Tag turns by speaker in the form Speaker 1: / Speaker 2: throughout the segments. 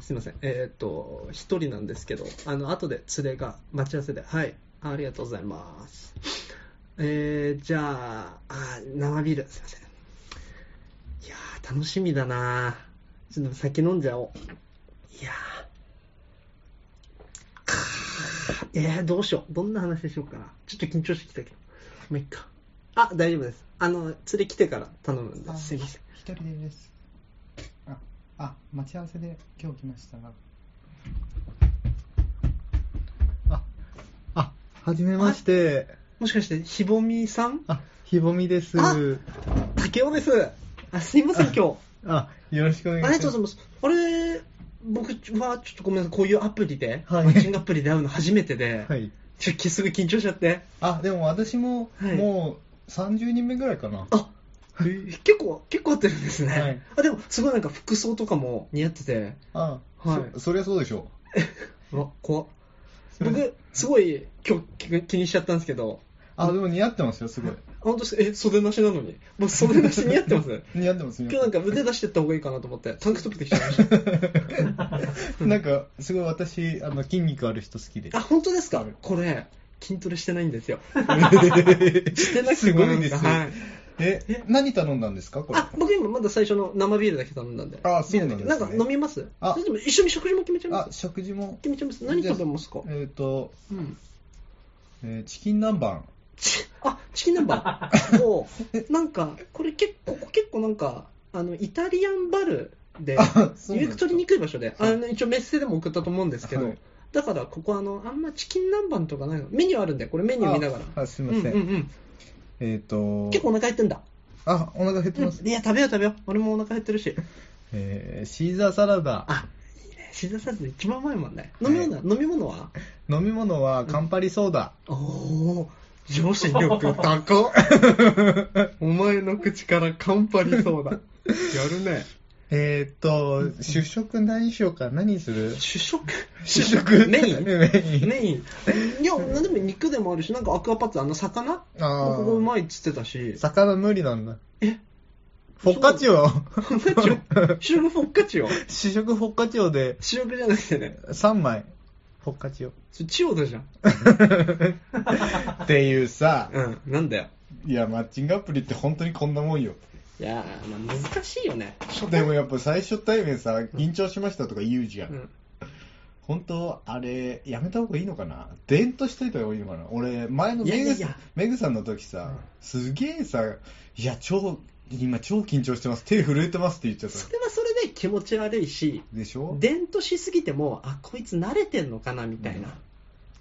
Speaker 1: すいません、えーっと、一人なんですけど、あの後で連れが待ち合わせで、はい、ありがとうございます。えー、じゃあ、あー生ビール、すいません。いやー、楽しみだなー。ちょっと酒飲んじゃおう。いやー、かーえー、どうしよう、どんな話しようかな。ちょっと緊張してきたけど、まあ、いっか。あ、大丈夫です。あの、連れ来てから頼むんで
Speaker 2: あ
Speaker 1: す。すいません。
Speaker 2: 一人でですああ待ち合わせで今日来ましたが
Speaker 3: あ、あ、はじめまして。
Speaker 1: もしかして、ひぼみさん
Speaker 3: あ、ひぼみです。
Speaker 1: あ
Speaker 3: あ、
Speaker 1: 竹雄です。あ、すいません、今日。
Speaker 3: よろしくお願い
Speaker 1: あり
Speaker 3: しま
Speaker 1: が
Speaker 3: す。
Speaker 1: とうございます。あれ、僕はちょっとごめんなさい、こういうアプリで、
Speaker 3: はい
Speaker 1: マッチングアプリで会うの初めてで、
Speaker 3: はい。
Speaker 1: ちょっとすぐ緊張しちゃって。
Speaker 3: あ、でも私も、
Speaker 1: はい
Speaker 3: もう30人目ぐらいかな。
Speaker 1: あ結構、結構合ってるんですね。
Speaker 3: はい
Speaker 1: あでも、すごいなんか服装とかも似合ってて、
Speaker 3: あ、
Speaker 1: はい
Speaker 3: そ、そりゃそうでしょ
Speaker 1: うわ、怖っ
Speaker 3: それ
Speaker 1: 僕、すごい今日気にしちゃったんですけど、
Speaker 3: う。あ、でも似合ってますよ、すごい。
Speaker 1: 本当ですえ、袖なしなのに。僕、袖なし似合って ます。
Speaker 3: 似合ってます、
Speaker 1: 今
Speaker 3: 似
Speaker 1: 日
Speaker 3: 合
Speaker 1: な
Speaker 3: っ
Speaker 1: ん
Speaker 3: て
Speaker 1: か腕出してった方がいいかなと思って、タンクトップできちゃいました。
Speaker 3: ます。なんか、すごい私、あの、筋肉ある人好き で
Speaker 1: あ、。本当ですかこれ、筋トレしてないん ですよ。してなくて
Speaker 3: すごいです
Speaker 1: な
Speaker 3: ね
Speaker 1: んかはい
Speaker 3: え、何頼んだんですかこれ。
Speaker 1: あ、僕今まだ最初の生ビールだけ頼んだんで。
Speaker 3: あそうなん
Speaker 1: ビ
Speaker 3: ですね
Speaker 1: ールだけなんか飲みます
Speaker 3: あ
Speaker 1: それとも一緒に食事も決めちゃいま
Speaker 3: あ
Speaker 1: す、
Speaker 3: 食事も。
Speaker 1: 決めちゃいます何食べますか
Speaker 3: えっと、
Speaker 1: うん。
Speaker 3: えーチキン南蛮。
Speaker 1: ちあ、チキンナンバ ー。もう、なんか、これ結構、ここ結構なんか、あの、イタリアンバルで、
Speaker 3: あそう
Speaker 1: 予
Speaker 3: なんですか
Speaker 1: 約取りにくい場所で、あ
Speaker 3: はい
Speaker 1: の、一応メッセでも送ったと思うんですけど、
Speaker 3: はい
Speaker 1: だからここあの、あんまチキン南蛮とかないの。メニューあるんで、これメニュー見ながら。
Speaker 3: あ、あすいません。
Speaker 1: うんうんうん
Speaker 3: えっと、
Speaker 1: 結構お腹減ってんだ。
Speaker 3: あ、お腹減って
Speaker 1: うん
Speaker 3: ま
Speaker 1: い
Speaker 3: す。
Speaker 1: や、食べよう食べよう。俺もお腹減ってるし。
Speaker 3: えーシーザーサラダ
Speaker 1: あ、いいね。シザサラダ一番うまいもんね。飲み物は、飲み物は
Speaker 3: 飲み物はカンパリソ ーダ、
Speaker 1: おお女子 力高っお前の口からカンパリそうだやるね
Speaker 3: えーっと主食何しようか何する
Speaker 1: 主食
Speaker 3: 主食
Speaker 1: メイン
Speaker 3: メイン
Speaker 1: メインいやでも肉でもあるしなんかアクアパッツァあの魚
Speaker 3: あー
Speaker 1: ここうまいっつってたし
Speaker 3: 魚無理なんだ
Speaker 1: え
Speaker 3: フォッカチオ
Speaker 1: フォッカチオ主食フォッカチオ
Speaker 3: 主食フォッカチオで
Speaker 1: 主食じゃなくてね
Speaker 3: 3枚フォッカチオ
Speaker 1: それチオだじゃん
Speaker 3: っていうさ
Speaker 1: うんなんだよ
Speaker 3: いやマッチングアプリって本当にこんなもんよ
Speaker 1: いやー、まあ、難しいよね
Speaker 3: でもやっぱ最初対面さ緊張しましたとか言うじゃん、
Speaker 1: うん
Speaker 3: 本当あれやめた方がいいのかな伝統しといた方がいいのかな俺前の
Speaker 1: いやい
Speaker 3: メ
Speaker 1: や
Speaker 3: グ
Speaker 1: いや
Speaker 3: メグさんの時さ、すげえさいや超今超緊張してます手震えてますって言っちゃった
Speaker 1: それはそれで気持ち悪いし
Speaker 3: でしょ
Speaker 1: 伝としすぎてもあこいつ慣れてんのかなみたいな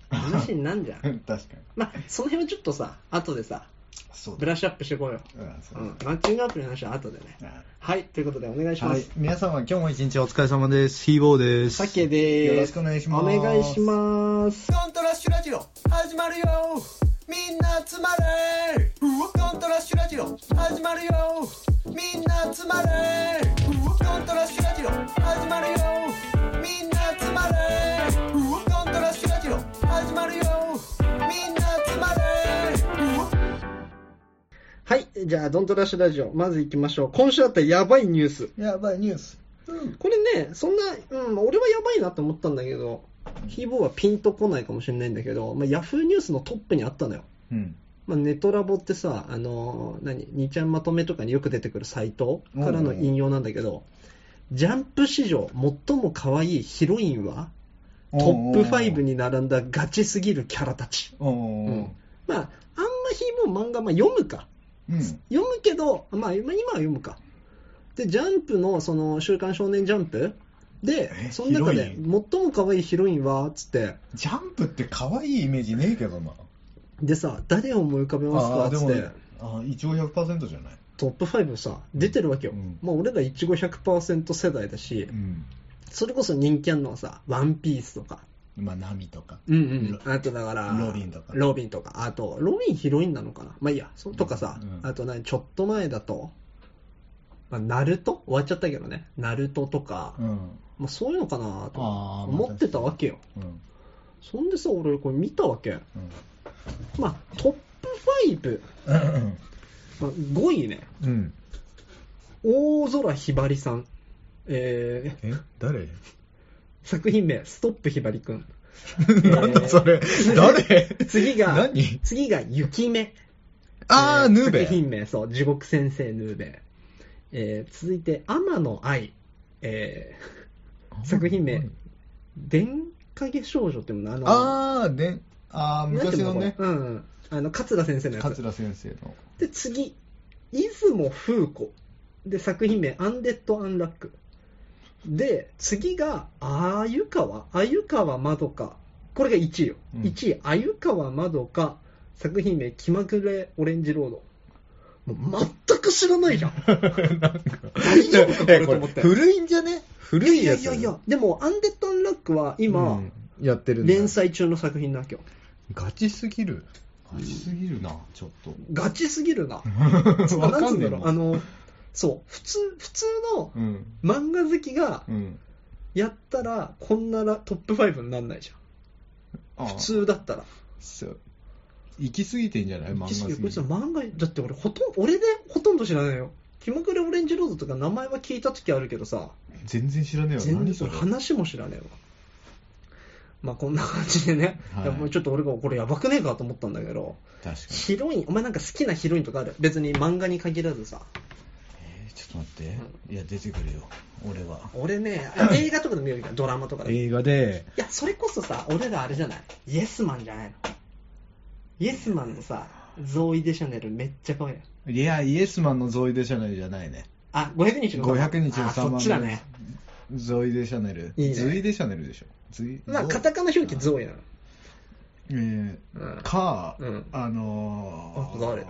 Speaker 1: 話になんじゃん
Speaker 3: 確かに
Speaker 1: まあ、その辺はちょっとさ、後でさ、
Speaker 3: そう
Speaker 1: ブ
Speaker 3: だ
Speaker 1: ラッシュアップしてこうよ。、
Speaker 3: うんそううん
Speaker 1: マッチングアプリの話は後でね。
Speaker 3: だ
Speaker 1: はい、ということでお願いしま
Speaker 3: はい
Speaker 1: す。
Speaker 3: 皆様今日も一日お疲れ様ですヒーボーです
Speaker 1: さけでーす。
Speaker 3: よろしくお願いしま
Speaker 1: お
Speaker 3: す
Speaker 1: 願いします。
Speaker 4: コントラッシュラジオ始まるよみんな集まれコントラッシュラジオ始まるよみんな集まれコントラッシュラジオ始まるよみんな集まれコントラッシュラジオ始まるよみんな集まれ
Speaker 1: はい、じゃあ、ドントラッシュラジオ、まず行きましょう。今週あったやばいニュース。
Speaker 3: やばいニュース
Speaker 1: これね、そんな、うん、俺はやばいなと思ったんだけど、ヒーボーはピンとこないかもしれないんだけど、まあ、ヤフーニュースのトップにあったのよ。
Speaker 3: うん
Speaker 1: まあ、ネトラボってさ、あのー何、2ちゃんまとめとかによく出てくるサイトからの引用なんだけど、ジャンプ史上最も可愛いヒロインは、トップ5に並んだガチすぎるキャラたち。
Speaker 3: おーおー
Speaker 1: まあ、あんまひも漫画、まあ、読むか。
Speaker 3: うん、
Speaker 1: 読むけど、まあ、今今は読むか。で、ジャンプの、その、週刊少年ジャンプで、
Speaker 3: え
Speaker 1: その中
Speaker 3: ヒ
Speaker 1: で、
Speaker 3: ロ
Speaker 1: 最も可愛いヒロインは、つって、
Speaker 3: ジャンプって可愛いイメージねえけどな
Speaker 1: でさ、誰を思い浮かべます
Speaker 3: あ
Speaker 1: か
Speaker 3: ーで
Speaker 1: つっ
Speaker 3: も
Speaker 1: て
Speaker 3: ね。あー一応100%じゃない
Speaker 1: トップ5さ出てるわけよ、
Speaker 3: うん
Speaker 1: まあ、俺らいちご100%世代だし
Speaker 3: うん
Speaker 1: それこそ人気あんのはさ「ワンピースとか、
Speaker 3: まあ波とか
Speaker 1: うんうん、あとだから
Speaker 3: ロビンとか
Speaker 1: ロビンとかあとロビンヒロインなのかなまあいいやそうとかさ、
Speaker 3: うんうん
Speaker 1: あと何ちょっと前だと、まあ、ナルト終わっちゃったけどねナルトとか、
Speaker 3: うん
Speaker 1: まあ、そういうのかなと
Speaker 3: あーまあ
Speaker 1: 思ってたわけよ
Speaker 3: うん
Speaker 1: そんでさ俺これ見たわけまあトップ5、
Speaker 3: うん
Speaker 1: まあ、5位ね
Speaker 3: うん
Speaker 1: 大空ひばりさんえー、
Speaker 3: え誰
Speaker 1: 作品名、ストップひばりくん。
Speaker 3: なんだそれ。誰
Speaker 1: 次が、
Speaker 3: 何
Speaker 1: 次が、雪目。
Speaker 3: あー、
Speaker 1: え
Speaker 3: ヌーベ。
Speaker 1: 作品名、そう、地獄先生ヌーベイ。えー続いて、天野愛。えー作品名、電影少女っていうの、あの、
Speaker 3: あー、で、あ
Speaker 1: な
Speaker 3: ー、
Speaker 1: んて
Speaker 3: 昔
Speaker 1: いう
Speaker 3: のね
Speaker 1: こ、れうんうん。あの、桂先生のやつ。
Speaker 3: 桂先生の。
Speaker 1: で、次、出雲風子。で、作品名、アンデッド・アンラック。で、次が、あゆかわ、あゆかわまどか。これが1位よ。
Speaker 3: うん
Speaker 1: 1位、あゆかわまどか。作品名、気まぐれオレンジロード。もう全く知らないじゃん。大丈夫かこれと思って
Speaker 3: えこれ古いんじゃね古 いや
Speaker 1: い
Speaker 3: つ。
Speaker 1: やいやいや、でも、アンデッド・アンラックは今、
Speaker 3: うんやってるんだ
Speaker 1: 連載中の作品なわけよ。
Speaker 3: ガチすぎる。ガチすぎるな、ちょっと。
Speaker 1: ガチすぎるな。そ
Speaker 3: わ
Speaker 1: うなん
Speaker 3: か
Speaker 1: つうん
Speaker 3: ん
Speaker 1: だ
Speaker 3: ねえ
Speaker 1: ろう
Speaker 3: も
Speaker 1: あ
Speaker 3: ん。
Speaker 1: の、そう、普通、普通の
Speaker 3: うん。
Speaker 1: 漫画好きが
Speaker 3: うん。
Speaker 1: やったら、こんならトップ5になんないじ
Speaker 3: あ
Speaker 1: ゃん。普通だったら。
Speaker 3: そう行き過ぎてんじゃない漫画
Speaker 1: いやこいつ
Speaker 3: 好き。
Speaker 1: 漫画、だって俺ほとんど、俺でほとんど知らないよ。気まぐれオレンジロードとか名前は聞いた時あるけどさ、
Speaker 3: 全然知らねえわ。
Speaker 1: 全
Speaker 3: 何
Speaker 1: 然
Speaker 3: そ
Speaker 1: そ
Speaker 3: れ
Speaker 1: れ。話も知らねえわ。まあこんな感じでね、
Speaker 3: はい
Speaker 1: いやもうちょっと俺がこれやばくねえかと思ったんだけど、
Speaker 3: 確かに。
Speaker 1: ヒロイン、お前なんか好きなヒロインとかある別に漫画に限らずさ。
Speaker 3: えーちょっと待って、いや出てくるよ俺は
Speaker 1: 俺 ね、映画とかでも見るけど、ドラマとかでも
Speaker 3: 映画で
Speaker 1: いや、それこそさ、俺らあれじゃないイエスマンじゃないのイエスマンのさ、ゾーイ・デシャネルめっちゃ可愛いの。
Speaker 3: いやイエスマンのゾイ・デ・シャネルじゃないね
Speaker 1: あ、500日の玉
Speaker 3: 500日の
Speaker 1: あ、
Speaker 3: 玉
Speaker 1: そっちだね。
Speaker 3: ゾイ・デ・シャネル
Speaker 1: いいね
Speaker 3: ゾイ・デ・シャネルでしょゾイ
Speaker 1: まあ、
Speaker 3: ゾイ
Speaker 1: カタカナ表記ゾーイなの。
Speaker 3: えー
Speaker 1: うん
Speaker 3: か、
Speaker 1: うん
Speaker 3: あの
Speaker 1: あ誰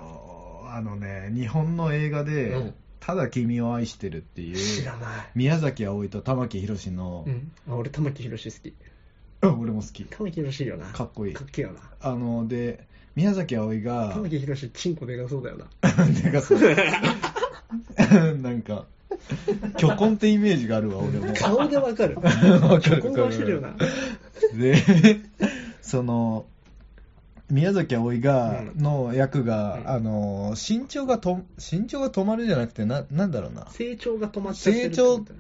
Speaker 3: あのね日本の映画で、
Speaker 1: うん
Speaker 3: ただ君を愛してる」ってい
Speaker 1: 知
Speaker 3: う
Speaker 1: らない。
Speaker 3: 宮崎あおいと玉木宏の
Speaker 1: う、ん。あ、俺、玉木宏好き。
Speaker 3: うん俺も好き
Speaker 1: 玉木宏いいよな。
Speaker 3: かっこいい
Speaker 1: かっけえよな。
Speaker 3: あので宮崎あおいが
Speaker 1: 玉木宏、チンコでかそうだよな。
Speaker 3: なんかそう。 なんか、虚婚ってイメージがあるわ、俺も。
Speaker 1: 顔でわかる。
Speaker 3: わかる
Speaker 1: こん顔してるよな。
Speaker 3: で、その、宮崎あおいが、
Speaker 1: うん
Speaker 3: の役が、
Speaker 1: うん
Speaker 3: あの、身長がと、身長が止まるじゃなくて、な、なんだろうな。
Speaker 1: 成長が止まっちゃってるってことだ。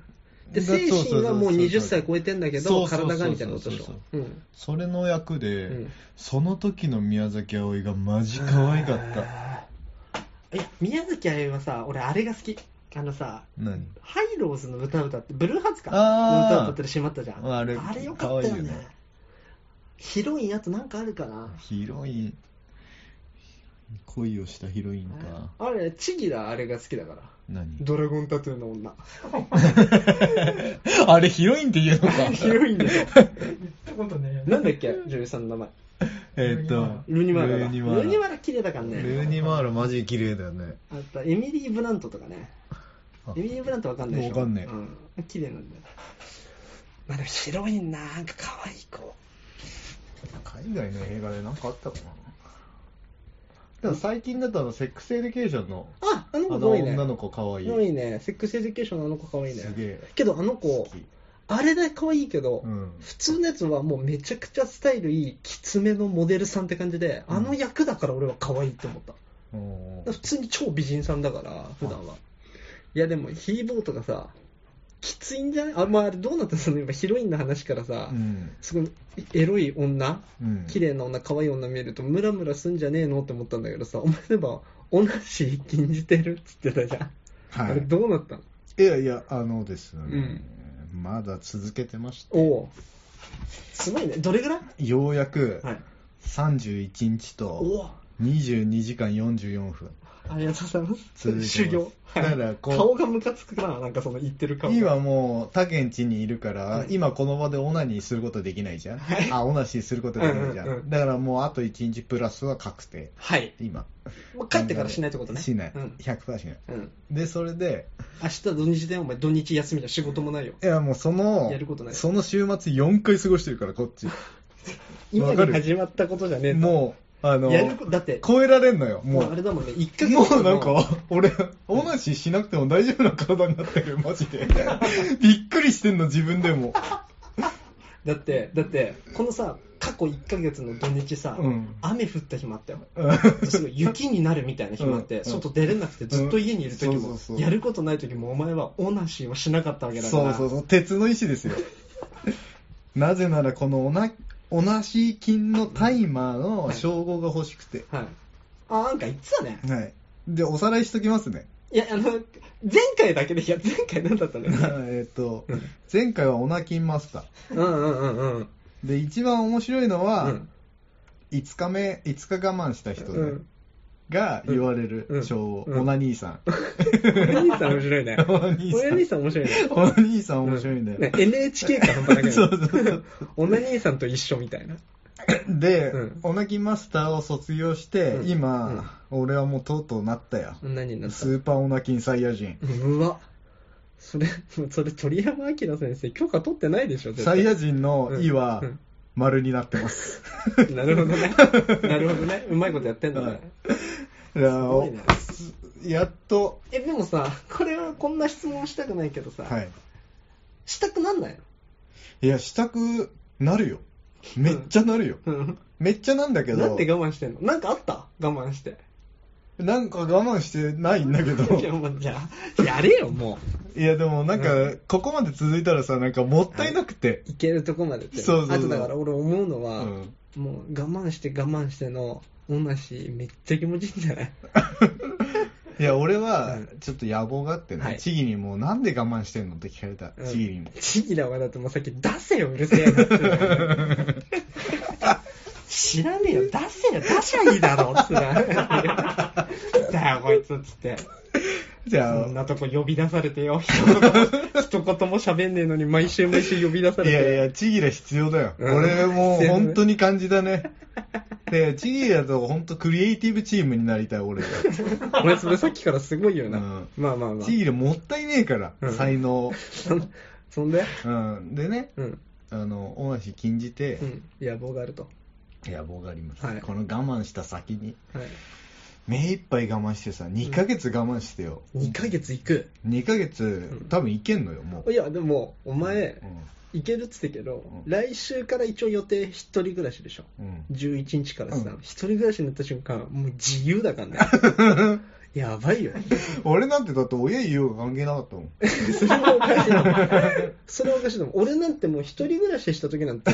Speaker 1: で、
Speaker 3: そう
Speaker 1: 精神はもう20歳
Speaker 3: え
Speaker 1: 超えてんだけ
Speaker 3: そ
Speaker 1: ど、
Speaker 3: うそうそう
Speaker 1: 体がみたいなことでし
Speaker 3: そう
Speaker 1: ょ
Speaker 3: そう。
Speaker 1: うん。
Speaker 3: それの役で、
Speaker 1: うん
Speaker 3: その時の宮崎あおいがマジ可愛かっ
Speaker 1: た
Speaker 3: た。
Speaker 1: いや宮崎あゆはさ俺あれが好きあのさ
Speaker 3: 何
Speaker 1: ハイローズの歌歌ってブルーハーツか
Speaker 3: あー
Speaker 1: の歌歌ってるしまったじゃん
Speaker 3: あれ
Speaker 1: よかったよね
Speaker 3: 可愛いよね
Speaker 1: ヒロインあとなんかあるかな
Speaker 3: ヒロイン、恋をしたヒロインか。
Speaker 1: あれチギだあれが好きだから
Speaker 3: 何
Speaker 1: ドラゴンタトゥーの女
Speaker 3: あれヒロインって言うのか。
Speaker 1: ヒロインだよ
Speaker 2: ってことね。
Speaker 1: なんだっけ女優さんの名前
Speaker 3: えーっと、
Speaker 1: ルニマーラだ
Speaker 3: ルニマーラ。
Speaker 1: ルニマーラ綺麗だからね
Speaker 3: ルニマーラマジ綺麗だよね。
Speaker 1: あとエミリー・ブラントとかね
Speaker 3: あ
Speaker 1: エミリー・ブラントわかんないでしょ
Speaker 3: わかんねえ
Speaker 1: うん、綺麗なんだよまあでもヒロインななんか可愛い子
Speaker 3: 海外の映画でなんかあったかな。でも最近だとあの、セックスエデュケーションの、
Speaker 1: あ、あの子
Speaker 3: あの
Speaker 1: 可愛いね。
Speaker 3: 女の子かわい
Speaker 1: 可愛
Speaker 3: い。
Speaker 1: いね。セックスエデュケーションのあの子可愛いね。
Speaker 3: すげえ。
Speaker 1: けどあの
Speaker 3: 好
Speaker 1: 子、
Speaker 3: き。
Speaker 1: あれで可愛いけど、
Speaker 3: うん。
Speaker 1: 普通のやつはもうめちゃくちゃスタイルいい、きつめのモデルさんって感じで、
Speaker 3: うん
Speaker 1: あの役だから俺は可愛いって思った。普
Speaker 3: おー
Speaker 1: 通に超美人さんだから、普段は。いやでも、ヒーボーとかさ、きついんじゃないあ、まあ、あれどうなったその今ヒロインの話からさ、
Speaker 3: うん。
Speaker 1: すごいエロい女
Speaker 3: うん。
Speaker 1: 綺麗な女可愛い女見るとムラムラすんじゃねえのって思ったんだけどさお前でば同じ禁じてるっつってたじゃん
Speaker 3: は
Speaker 1: あれ
Speaker 3: い。
Speaker 1: どうなったの
Speaker 3: いやいや、あのですね、まだ続けてまして、
Speaker 1: おおすごいねどれぐらい、
Speaker 3: ようやく
Speaker 1: はい、
Speaker 3: 31日
Speaker 1: お
Speaker 3: と
Speaker 1: お
Speaker 3: 22時間44分。
Speaker 1: ありがとうございます
Speaker 3: 続いてます
Speaker 1: 修行、はい、
Speaker 3: だからこう
Speaker 1: 顔がムカつくななんかその言ってる顔が
Speaker 3: 今もう他県地にいるから、
Speaker 1: うん
Speaker 3: 今この場でオナニーすることできないじゃん、
Speaker 1: はい
Speaker 3: あオナシーすることできないじゃん,、
Speaker 1: うんうんうん
Speaker 3: だからもうあと1日プラスは確定
Speaker 1: はい
Speaker 3: 今
Speaker 1: もう帰ってからしないってことね
Speaker 3: しない、
Speaker 1: うん、
Speaker 3: 100%しない
Speaker 1: うん、
Speaker 3: でそれで
Speaker 1: 明日土日でお前土日休みじゃん仕事もないよ
Speaker 3: いやもうその
Speaker 1: やることない
Speaker 3: その週末4回過ごしてるからこっち
Speaker 1: 今
Speaker 3: わか
Speaker 1: に
Speaker 3: る
Speaker 1: 始まったことじゃねえんだ
Speaker 3: もうあの
Speaker 1: やることだって
Speaker 3: 超えられんのよも
Speaker 1: も
Speaker 3: う
Speaker 1: うあれだもんね一ヶ月
Speaker 3: もうなん
Speaker 1: の
Speaker 3: か、俺、オナシーしなくても大丈夫な体になってるよ、マジで。びっくりしてんの、自分でも。
Speaker 1: だってだってこのさ過去1ヶ月の土日さ、
Speaker 3: うん
Speaker 1: 雨降った日もあったよ
Speaker 3: うん
Speaker 1: すごい雪になるみたいな日もあっ
Speaker 3: うん
Speaker 1: て、
Speaker 3: うん
Speaker 1: 外出れなくてずっと家にいる時
Speaker 3: うんそう
Speaker 1: も
Speaker 3: そうそう
Speaker 1: やることない時もお前はオナシーをしなかったわけだか
Speaker 3: そう
Speaker 1: ら
Speaker 3: そうそう、鉄の意志ですよ。なぜならこのおな、おなし金のタイマーの称号が欲しくて。
Speaker 1: はい。あ、なんか言ってたね。
Speaker 3: はい。で、おさらいしときますね。
Speaker 1: いや、あの、前回だけで、いや、前回何だったんだよ。
Speaker 3: えっと、前回はオナキンマスター。
Speaker 1: うんうんうんうん。
Speaker 3: で、一番面白いの
Speaker 1: う
Speaker 3: は、
Speaker 1: ん
Speaker 3: 5日目、5日我慢した人ね
Speaker 1: うん
Speaker 3: が言われる称号、
Speaker 1: うんうん
Speaker 3: オナ兄さん。
Speaker 1: お兄さん面白いね。
Speaker 3: お兄さん
Speaker 1: お兄さん面白いね。
Speaker 3: オナ兄さん面白いんだよ。
Speaker 1: ね NHK か半端なく
Speaker 3: そ
Speaker 1: な
Speaker 3: うそうそう
Speaker 1: お兄さんと一緒みたいな。
Speaker 3: で、
Speaker 1: うん
Speaker 3: オナキンマスターを卒業して、
Speaker 1: うん
Speaker 3: 今、俺はもうとうとうなったよ。
Speaker 1: 何になっ
Speaker 3: ス
Speaker 1: た
Speaker 3: ーパーオナキンサイヤ人。
Speaker 1: うわ。それ、 それ鳥山明先生、許可取ってないでしょ、絶
Speaker 3: サ
Speaker 1: 対
Speaker 3: イヤ人の「い」は
Speaker 1: うん
Speaker 3: 丸になって ます。
Speaker 1: うんなるほど ね。なるほどね。うまいことやってんだね。
Speaker 3: いや
Speaker 1: ごいね
Speaker 3: やっと、
Speaker 1: え、でもさ、これはこんな質問したくないけどさ、
Speaker 3: はい。
Speaker 1: したくなんないの
Speaker 3: いや、したくなるよ。めっちゃなるよ。
Speaker 1: うん
Speaker 3: めっちゃなんだけ
Speaker 1: なん
Speaker 3: ど、
Speaker 1: で我慢してんのなんかあった我慢して。
Speaker 3: なんか我慢してないんだけど、
Speaker 1: いや、もうじゃあ、やれよ、も
Speaker 3: いや、でもなん
Speaker 1: う
Speaker 3: か、ここまで続いたらさ、なんかもったいなくて、
Speaker 1: う。いけるとこまでって。
Speaker 3: そうそうそう
Speaker 1: あとだから俺思うのは、
Speaker 3: うん
Speaker 1: もう我慢して我慢しての、女し、めっちゃ気持ちいいんじゃない
Speaker 3: いや、俺
Speaker 1: う
Speaker 3: は
Speaker 1: ん
Speaker 3: ちょっと野望があって
Speaker 1: は
Speaker 3: ね
Speaker 1: い、
Speaker 3: ちぎりにも、なんで我慢してんのって聞かれた、ちぎりにも。
Speaker 1: チギラはだってもうさっき出せよ、うるせえ なって言ってたよね知らねえよ、出せよ、出しゃいいだろ、つってな。だよ、こいつ、つって。
Speaker 3: じゃ
Speaker 1: そん
Speaker 3: あ、
Speaker 1: なとこ呼び出されてよ。一言も、 一言も喋んねえのに、毎週毎週呼び出され
Speaker 3: い
Speaker 1: て。
Speaker 3: やいや、ちぎりは必要だよ。
Speaker 1: うん
Speaker 3: 俺も
Speaker 1: 必
Speaker 3: う
Speaker 1: 要ね
Speaker 3: 本当に感じ だね。で、ちぎりだと本当クリエイティブチームになりたい、俺が。
Speaker 1: 俺、それさっきからすごいよな。
Speaker 3: うん
Speaker 1: まあまあまあ
Speaker 3: ち。ぎりもったいねえから
Speaker 1: う、ん
Speaker 3: 才能。
Speaker 1: そんそんで、
Speaker 3: うん。でね、
Speaker 1: うん、
Speaker 3: あの、おなし禁じて
Speaker 1: う、ん、野望があると。
Speaker 3: 野望があります
Speaker 1: はい。
Speaker 3: この我慢した先に。
Speaker 1: はい。
Speaker 3: 目いっぱい我慢してさ2ヶ月我慢してよ、
Speaker 1: 2ヶ月行く。
Speaker 3: 2ヶ
Speaker 1: う
Speaker 3: 月
Speaker 1: ん
Speaker 3: 多分いけんのよもう
Speaker 1: いや、でも、お前
Speaker 3: う、ん
Speaker 1: 行けるっつってけど、
Speaker 3: うん
Speaker 1: 来週から一応予定一人暮らしでしょ。
Speaker 3: うん
Speaker 1: 11日からさ、
Speaker 3: うん
Speaker 1: 一人暮らしになった瞬間、もう自由だからね。 やばいよ。
Speaker 3: 俺なんてだって親いようが関係なかったもん
Speaker 1: それはおかしいな。それはおかしいな。俺なんてもう一人暮らしした時 なんて、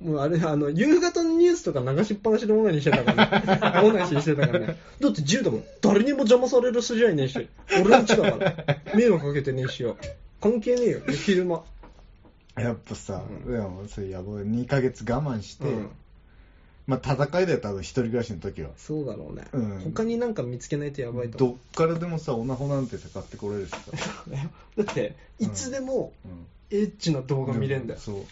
Speaker 1: もうあれ、あの、夕方のニュースとか流しっぱなしでオナニーしてた からね。オナニーしてたからね。だって自由だもん。誰にも邪魔される筋合いねえし、俺んちだから。迷惑かけてねえしよ。関係ねえよ、昼間。
Speaker 3: やっぱさ、
Speaker 1: うん
Speaker 3: でもそれやばい2ヶ月我慢して、
Speaker 1: うん
Speaker 3: まあ戦いだよ多分一人暮らしの時は
Speaker 1: そうだろうね。
Speaker 3: うん
Speaker 1: 他になんか見つけないとやばいと
Speaker 3: ど
Speaker 1: 思
Speaker 3: っからでもさオナホなんてさ買ってこれるしさ、
Speaker 1: う。だって、いつでも
Speaker 3: うん
Speaker 1: エッチな動画見れんだよ。
Speaker 3: そう
Speaker 1: うん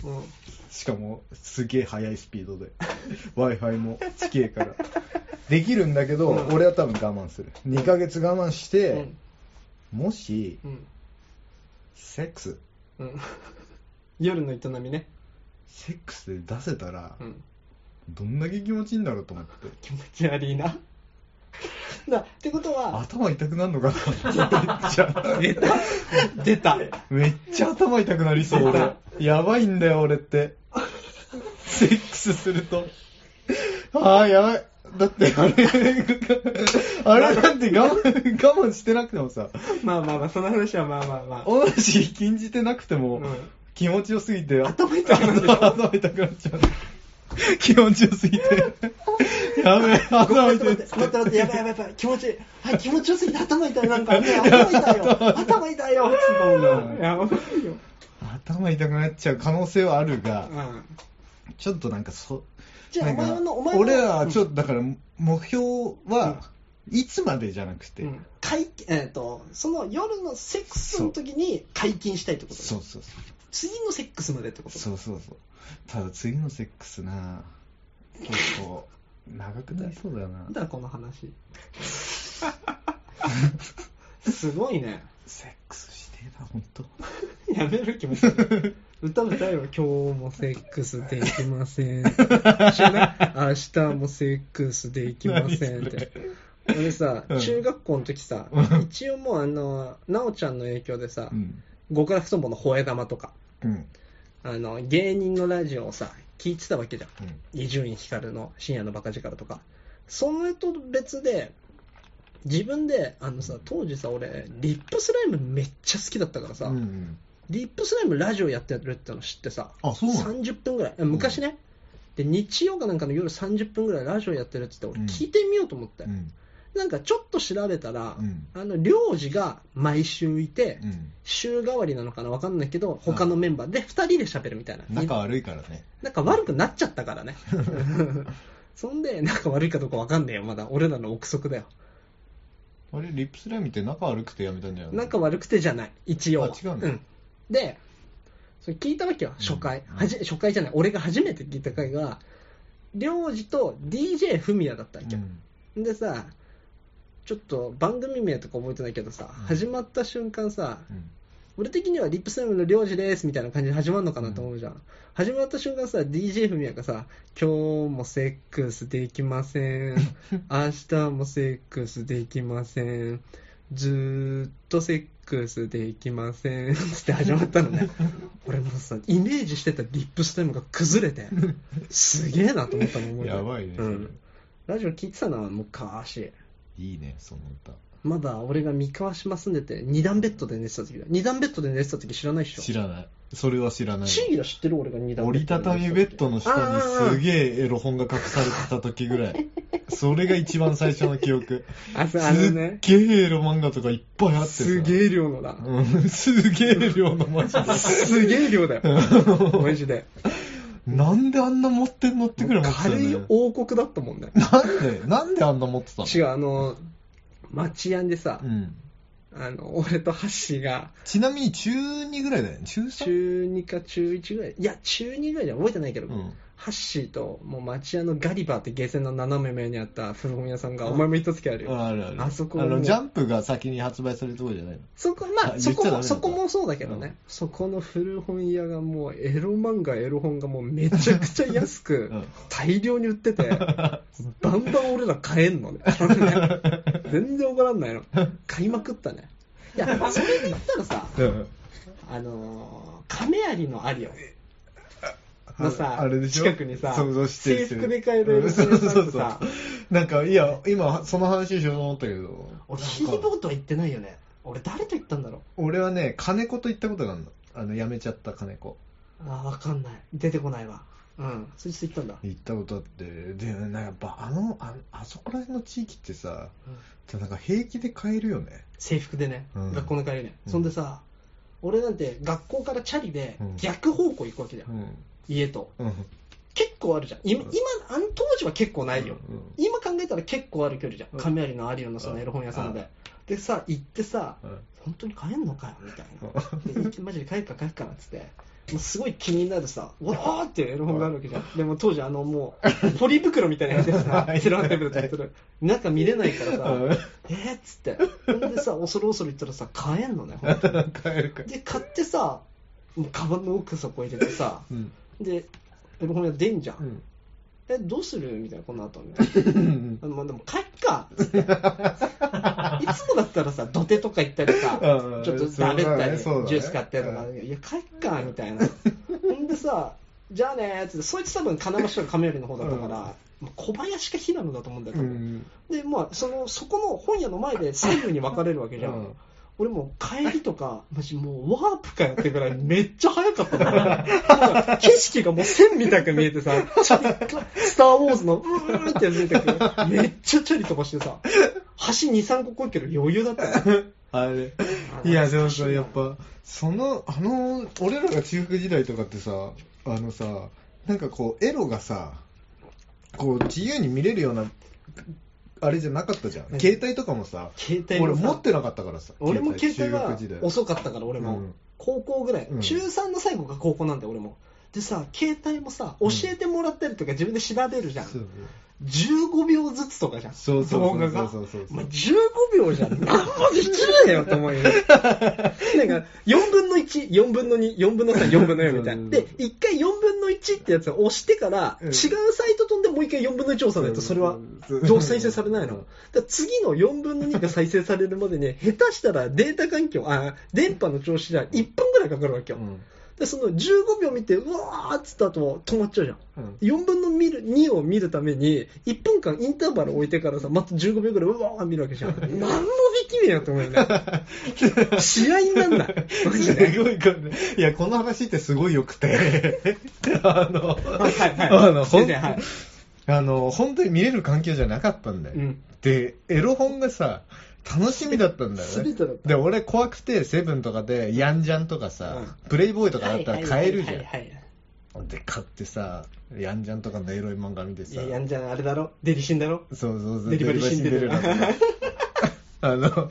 Speaker 3: しかもすげえ速いスピードで w i f i も地形からできるんだけど、
Speaker 1: うん
Speaker 3: 俺は多分我慢する2ヶ月我慢して、
Speaker 1: うん
Speaker 3: もし
Speaker 1: うん
Speaker 3: セックス
Speaker 1: うん。 夜の営みね。
Speaker 3: セックスで出せたら、
Speaker 1: うん。
Speaker 3: どんだけ気持ちいいんだろうと思って
Speaker 1: 気持ち悪いな。 なってことは、
Speaker 3: 頭痛くなるのかなめっちゃ
Speaker 1: 出た 出た
Speaker 3: めっちゃ頭痛くなりそう俺やばいんだよ俺ってセックスするとああやばいだってあれあれだって我慢我慢してなくてもさ
Speaker 1: まあまあまあ、その話はまあまあま
Speaker 3: 同じ禁じてなくて
Speaker 1: あ。
Speaker 3: も、
Speaker 1: うん
Speaker 3: 気持ちよすぎて
Speaker 1: 頭痛くなるでしょ
Speaker 3: 頭痛くなっちゃう気持ちよすぎてやべえ
Speaker 1: ごめ
Speaker 3: 頭
Speaker 1: ん待
Speaker 3: 痛
Speaker 1: っ
Speaker 3: い
Speaker 1: て待って待ってやばいやばいやばい気持ちいいはい気持ちよすぎて頭痛いなん かね頭痛いよ頭痛いよつって思うなやばいよ
Speaker 3: 頭痛くなっちゃう可能性はあるが、
Speaker 1: うん
Speaker 3: ちょっとなんかそ、
Speaker 1: じゃあ
Speaker 3: なん
Speaker 1: お
Speaker 3: か
Speaker 1: 前のお前の
Speaker 3: 俺らはちょっと、だから、目標は、いつまでじゃなくて、
Speaker 1: うん解禁えっとその夜のセックスの時に解禁したいってこと
Speaker 3: そうそうそう。
Speaker 1: 次のセックスまでってこと
Speaker 3: そうそうそう。ただ次のセックスな、結構、長くなりそうだよな
Speaker 1: なん。だこの 話すごいね
Speaker 3: セックスしてえな、ほんと。
Speaker 1: やめる気持ち悪い歌歌えよ今日もセックスできません知らない明日もセックスできませんって俺さ、
Speaker 3: うん
Speaker 1: 中学校の時さ、一応もうあの奈緒ちゃんの影響でさ
Speaker 3: うん。
Speaker 1: 極楽とんぼの吠え玉とか
Speaker 3: うん。
Speaker 1: あの芸人のラジオをさ聞いてたわけじゃん
Speaker 3: うん。
Speaker 1: 伊集院光の深夜のバカ力とかそれと別で自分であのさ当時さ俺リップスライムめっちゃ好きだったからさ、
Speaker 3: うん。
Speaker 1: リップスライムラジオやってるっての知ってさ、
Speaker 3: あ、そうなの
Speaker 1: 30分ぐらい、昔ね、で日曜かなんかの夜30分ぐらいラジオやってるって言って、
Speaker 3: うん
Speaker 1: 俺、聞いてみようと思って、
Speaker 3: うん。
Speaker 1: なんかちょっと調べたら、
Speaker 3: うん。
Speaker 1: あの領事が毎週いて、
Speaker 3: うん。
Speaker 1: 週替わりなのかな、わかんないけど、他のメンバーで2人で喋るみたいな、
Speaker 3: 仲悪いからね。
Speaker 1: なんか悪くなっちゃったから ね。そんで、仲悪いかどうかわかんねえよ、まだ。俺らの憶測だよ。
Speaker 3: あれ、リップスライムって仲悪くてやめたんじゃない
Speaker 1: 仲悪くてじゃない、一応は。
Speaker 3: あ違うの
Speaker 1: ん。で、それ聞いたわけよ、初回。
Speaker 3: うん
Speaker 1: はじ初回じゃない、俺が初めて聞いた回が、領事と DJ フミヤだったわけ
Speaker 3: う
Speaker 1: よ。
Speaker 3: ん。
Speaker 1: でさ、ちょっと番組名とか覚えてないけどさ、
Speaker 3: うん
Speaker 1: 始まった瞬間さ、
Speaker 3: うん
Speaker 1: 俺的にはリップスライムの領事ですみたいな感じで始まるのかなと思うじゃん、始まった瞬間さ DJ フミヤがさ「今日もセックスできません明日もセックスできませんずーっとセックスできません」つって始まったのね俺もうさイメージしてたリップスライムが崩れてすげえなと思ったの覚えてる
Speaker 3: やばいね、
Speaker 1: う
Speaker 3: それ
Speaker 1: ん、ラジオ聞いてたな昔
Speaker 3: いいね、その歌。
Speaker 1: まだ俺が三河島住んでて二段ベッドで寝てた時だ二段ベッドで寝てた時知らないっしょ
Speaker 3: 知らない。それは知らない。
Speaker 1: シーラ知ってる俺が二段
Speaker 3: 折りたたみベッドの下にす
Speaker 1: え。
Speaker 3: げえエロ本が隠されてた時ぐ らい。それが一番最初の記憶。
Speaker 1: あ、そ
Speaker 3: す
Speaker 1: うあの
Speaker 3: っ
Speaker 1: ね。
Speaker 3: げえエロ漫画とかいっぱいあってさ。
Speaker 1: す
Speaker 3: え。
Speaker 1: げえ量のだ。
Speaker 3: うん、すげえ量のマジで。
Speaker 1: すげえ量 だよ。マジで。
Speaker 3: なんであんな持ってんのってくらい持ってたん
Speaker 1: 軽
Speaker 3: だ
Speaker 1: い
Speaker 3: よ。
Speaker 1: 王国だったもんね。
Speaker 3: なんで、なんであんな持ってたの
Speaker 1: 違う、あの、町屋でさ
Speaker 3: う、ん。
Speaker 1: あの、俺とハッシーが、
Speaker 3: ちなみに中2ぐらいだよね。中 3?
Speaker 1: 中2か中1ぐらい、いや、中2ぐらいじゃ覚えてないけど、
Speaker 3: うん。
Speaker 1: ハッシーと、もう町屋のガリバーってゲーセンの斜め目にあった古本屋さんが、お前も行った時あるよ。
Speaker 3: あるある。
Speaker 1: あそこ
Speaker 3: の、ジャンプが先に発売されるとこじゃないの。
Speaker 1: そこ、ま
Speaker 3: あ
Speaker 1: あ、そ
Speaker 3: 言っ
Speaker 1: こ
Speaker 3: ちゃ
Speaker 1: も、
Speaker 3: ダメなんだ
Speaker 1: そこもそうだけどね、
Speaker 3: うん
Speaker 1: そこの古本屋がもう、エロ漫画、エロ本がもうめちゃくちゃ安く、
Speaker 3: うん。
Speaker 1: 大量に売って て、バンバン俺ら買えんのね。あのね全然怒らんないの。買いまくったね。いや、それで言ったらさ、
Speaker 3: うん
Speaker 1: あのー、亀有のアリオのさ、
Speaker 3: あれでしょ
Speaker 1: 近くにさ、
Speaker 3: 想像して
Speaker 1: 制服で買える
Speaker 3: うん
Speaker 1: 店
Speaker 3: そう
Speaker 1: 屋
Speaker 3: そ
Speaker 1: さん
Speaker 3: うそ
Speaker 1: と
Speaker 3: う
Speaker 1: さ、
Speaker 3: なんか、いや、今、その話しようと思ったけど。
Speaker 1: 俺、
Speaker 3: なんか
Speaker 1: キーボードは行ってないよね。俺、誰と行ったんだろう。
Speaker 3: 俺はね、金子と行ったことがあるの。あの、辞めちゃった金子。
Speaker 1: あーわかんない。出てこないわ。うん。そいつと行ったんだ。
Speaker 3: 行ったことあって。で、なんかやっぱ、あの、ああそこら辺の地域ってさ、
Speaker 1: うん
Speaker 3: なんか平気で買えるよね。
Speaker 1: 制服でね、
Speaker 3: うん
Speaker 1: 学校の帰りね。
Speaker 3: うん
Speaker 1: そんでさ、俺なんて学校からチャリで
Speaker 3: うん
Speaker 1: 逆方向行くわけだよ。
Speaker 3: うん。
Speaker 1: 家と。
Speaker 3: うん。
Speaker 1: 結構あるじゃん今今あの当時は結構ないよ、
Speaker 3: うん
Speaker 1: 今考えたら結構ある距離じゃ
Speaker 3: うん
Speaker 1: ん亀有の有オのそのエロ本屋さん
Speaker 3: う
Speaker 1: ででさ行ってさ
Speaker 3: うん。
Speaker 1: 本当に買えんのかよみたい
Speaker 3: う
Speaker 1: な
Speaker 3: ん
Speaker 1: でいき マジで買えっか買えっかなっつってもうすごい気になるさわーっていうエロ本があるわけじゃんでも当時あのもうポリ袋みたいなやつでさ
Speaker 3: はい
Speaker 1: セロハンテープで作ってる中見れないからさ
Speaker 3: う
Speaker 1: え
Speaker 3: ん
Speaker 1: ーっつってほんでさ恐る恐る行ったらさ買えんのねほんと
Speaker 3: 買えるか。
Speaker 1: で買ってさもうカバンの奥底入れてさ
Speaker 3: うん。
Speaker 1: でエロ本屋出んじゃん
Speaker 3: うん。
Speaker 1: えどうするみたいなこの後みたいなあのまあでも帰っかっつって いつもだったらさ土手とか行ったりさ
Speaker 3: うん
Speaker 1: ちょっと食べったり、ジ
Speaker 3: そうだねそうだね
Speaker 1: ュース買ってとか、いや帰っかみたいなほんでさじゃあねーっつってそいつ多分金町の亀有の方だったから、まあ小林か平野だと思うんだけ
Speaker 3: う
Speaker 1: ど、
Speaker 3: ん。
Speaker 1: でまあそのそこの本屋の前で左右に分かれるわけじゃん、
Speaker 3: うん
Speaker 1: 俺もう帰りとか、マジもうワープかよってぐらいめっちゃ早かったのなんか景色がもう線みたく見えてさ、チャリスター・ウォーズのうーんってやつ見てくる。めっちゃチャリ飛ばしてさ、橋2、3個こいけど余裕だったよ
Speaker 3: あれ。いや、でもさ、やっぱ、その、あの、俺らが中学時代とかってさ、あのさ、なんかこう、エロがさ、こう、自由に見れるような、あれじゃなかったじゃん。
Speaker 1: うん
Speaker 3: 携帯とかもさ、
Speaker 1: 携帯
Speaker 3: 俺
Speaker 1: もさ
Speaker 3: 持ってなかったからさ。
Speaker 1: 俺も携帯
Speaker 3: 中
Speaker 1: は
Speaker 3: 学時代。
Speaker 1: 遅かったから俺も、
Speaker 3: うん
Speaker 1: 高校ぐらい、
Speaker 3: うん
Speaker 1: 中3の最後が高校なんだよ俺もでさ携帯もさ教えてもらったりとか自分で調べるじゃん、
Speaker 3: そう
Speaker 1: 15秒ずつとかじゃん
Speaker 3: そうそう
Speaker 1: 動画が
Speaker 3: そうそうそうそう
Speaker 1: お前15秒じ ゃ何もできないよと思うよなんか4分の14分の24分の34分の4みたいなで1回4分の1ってやつを押してから、
Speaker 3: うん
Speaker 1: 違うサイト飛んでもう1回4分の1押さないとそれはどう再生されないの。だから次の4分の2が再生されるまでに、下手したらデータ環境、あ、電波の調子じゃ1分ぐらいかかるわけ
Speaker 3: う
Speaker 1: よ。
Speaker 3: ん
Speaker 1: でその15秒見てうわーっつった後止まっちゃうじゃん
Speaker 3: うん
Speaker 1: 4分の見る2を見るために1分間インターバル置いてからさまた15秒ぐらいうわー見るわけ じゃん何もできねえよって思 うよね試合になんないマジ
Speaker 3: す
Speaker 1: で
Speaker 3: ごいこれいや、この話ってすごい良く て、あの、
Speaker 1: はいはい
Speaker 3: あの、ほ
Speaker 1: 先
Speaker 3: ん
Speaker 1: 生はい
Speaker 3: あの、本当に見れる環境じゃなかったんだよ。
Speaker 1: うん
Speaker 3: で、エロ本がさ、楽しみだったんだよね
Speaker 1: 全てだっ。た
Speaker 3: で、俺怖くて、セブンとかで、ヤンジャンとかさ、プレイボーイとかだったら買えるじゃん。
Speaker 1: はいはいはいはい
Speaker 3: で、買ってさ、ヤンジャンとかのエロい漫画見て
Speaker 1: い
Speaker 3: さ、
Speaker 1: ややんじゃんあれだろデリシンだろ
Speaker 3: そうそうそう、
Speaker 1: デリバリーシンデレラ
Speaker 3: デリバリーシンデレラ あの、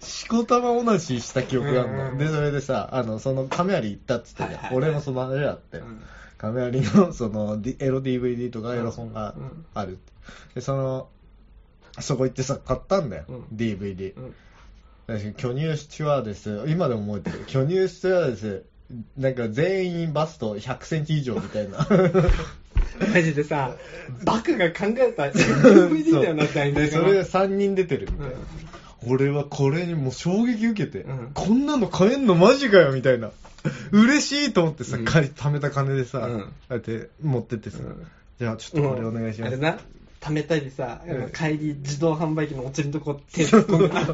Speaker 3: しこたまおなしした記憶がある
Speaker 1: うん
Speaker 3: の。で、それでさ、あの、その、亀有行ったっつってたじゃん
Speaker 1: はいはいはい
Speaker 3: 俺もその話あって、
Speaker 1: ん
Speaker 3: 亀有の、その、D- エロ DVD とかエロ本が
Speaker 1: うん
Speaker 3: ある。で、その、そこ行ってさ、買ったんだよ、
Speaker 1: うん
Speaker 3: DVD
Speaker 1: う。ん
Speaker 3: 確かに巨乳スチュワーデス、今でも覚えてる。巨乳スチュワーデス、なんか全員バスト100センチ以上みたいな。
Speaker 1: マジでさバクが考えた DVD だよな
Speaker 3: そう
Speaker 1: 大体
Speaker 3: でそれが3人出てるみたいな、俺はこれにもう衝撃受けて、
Speaker 1: うん
Speaker 3: こんなの買えんのマジかよみたいな嬉しいと思ってさ、
Speaker 1: うん
Speaker 3: 借り貯めた金でさ、
Speaker 1: うん
Speaker 3: こうやって持ってってさ、
Speaker 1: うん
Speaker 3: じゃあちょっとこれお願いしま
Speaker 1: あ
Speaker 3: す、
Speaker 1: れな貯めたりさ、
Speaker 3: うん
Speaker 1: 帰り自動販売機のお釣りのとこ手突っ込んでな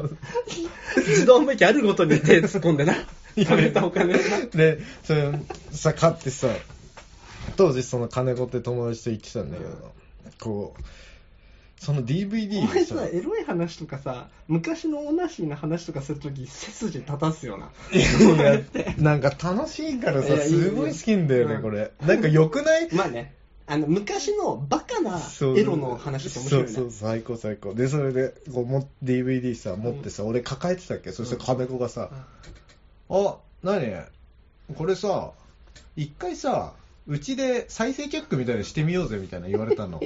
Speaker 1: 自動販売機あるごとに手突っ込んでな貯めたお金をな
Speaker 3: でそれさ買ってさ当時その金子って友達と行ってたんだけど、こうその DVD
Speaker 1: お前
Speaker 3: をさ
Speaker 1: さエロい話とかさ昔のおなしの話とかするとき背筋立たすよない
Speaker 3: やなんか楽しいから
Speaker 1: いや
Speaker 3: さ
Speaker 1: いやいや
Speaker 3: すごい好きんだよね
Speaker 1: うん
Speaker 3: これなんか良くない
Speaker 1: まあねあの昔のバカなエロの話って面白いね
Speaker 3: そうそう最高最高でそれでこうも DVD さ持ってさ、俺抱えてたっけそして金子がさ「あ何これさ一回さうちで再生チェックみたいにしてみようぜ」みたいな言われた の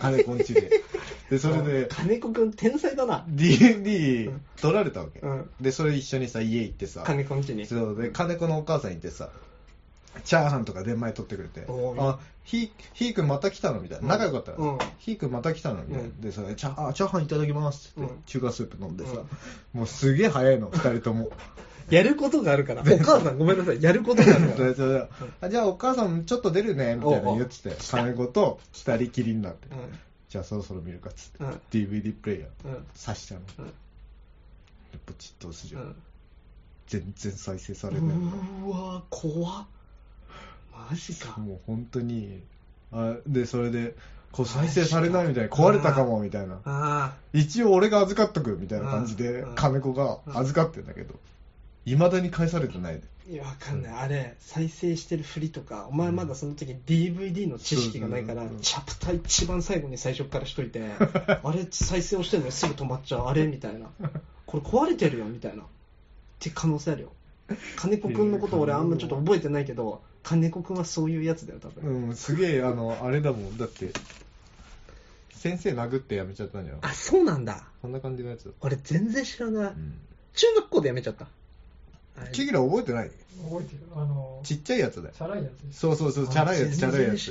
Speaker 3: 金子んちででそれで
Speaker 1: 金子くん天才だな
Speaker 3: DVD 取られたわけ、
Speaker 1: うん
Speaker 3: でそれ一緒にさ家行ってさ
Speaker 1: 金子んちに
Speaker 3: そうで金子のお母さんいてさチャーハンとか出前取ってくれて
Speaker 1: お
Speaker 3: 「
Speaker 1: ー
Speaker 3: あひひーくんまた来たの?」みたいな仲良かった
Speaker 1: うん
Speaker 3: の「ひーくんまた来たの?」みたいな
Speaker 1: うん
Speaker 3: でそれチャあチャーハンいただきます」っ
Speaker 1: う
Speaker 3: て
Speaker 1: ん
Speaker 3: 中華スープ飲んで
Speaker 1: う
Speaker 3: さ
Speaker 1: ん
Speaker 3: もうすげえ早いの2人とも
Speaker 1: やることがあるからお母さんごめんなさいやること があるから
Speaker 3: でそれであじゃあお母さんちょっと出るね」みたいな言ってて金子と2人きりになって「じゃあそろそろ見るか」っつって
Speaker 1: うんうん
Speaker 3: DVD プレイヤー
Speaker 1: うん
Speaker 3: 挿したの
Speaker 1: うん
Speaker 3: ポチッと押すじ
Speaker 1: う
Speaker 3: ゃん
Speaker 1: ん
Speaker 3: 全然再生さ
Speaker 1: う
Speaker 3: れないの
Speaker 1: ーわ怖っマジか
Speaker 3: もう本当にあでそれでこう再生されないみたいな壊れたかもみたいな
Speaker 1: あ
Speaker 3: 一応俺が預かっとくみたいな感じで
Speaker 1: うん
Speaker 3: 金子が預かってんだけどいまだに返されてない
Speaker 1: あいやわかんないあれ再生してる振りとかお前まだその時 DVD の知識がないから
Speaker 3: うん
Speaker 1: チャプター一番最後に最初からしと いてあれ再生をしてるのにすぐ止まっちゃうあれみたいなこれ壊れてるよみたいなって可能性あるよ金子くんのこと俺あんまちょっと覚えてないけど金子くんはそういうやつだよ多分、
Speaker 3: うんすげえあのあれだもんだって先生殴ってやめちゃったんじゃん
Speaker 1: あそうなんだ
Speaker 3: こんな感じのやつだ、
Speaker 1: 俺全然知らない
Speaker 3: うん、
Speaker 1: 中学校でやめちゃったあれ
Speaker 3: キキラ覚えてない
Speaker 2: 覚えてるあの
Speaker 3: ちっちゃいやつだよ
Speaker 2: チャラいやつです
Speaker 3: そうそうそうチャラいやつチャラいやつ
Speaker 1: やつ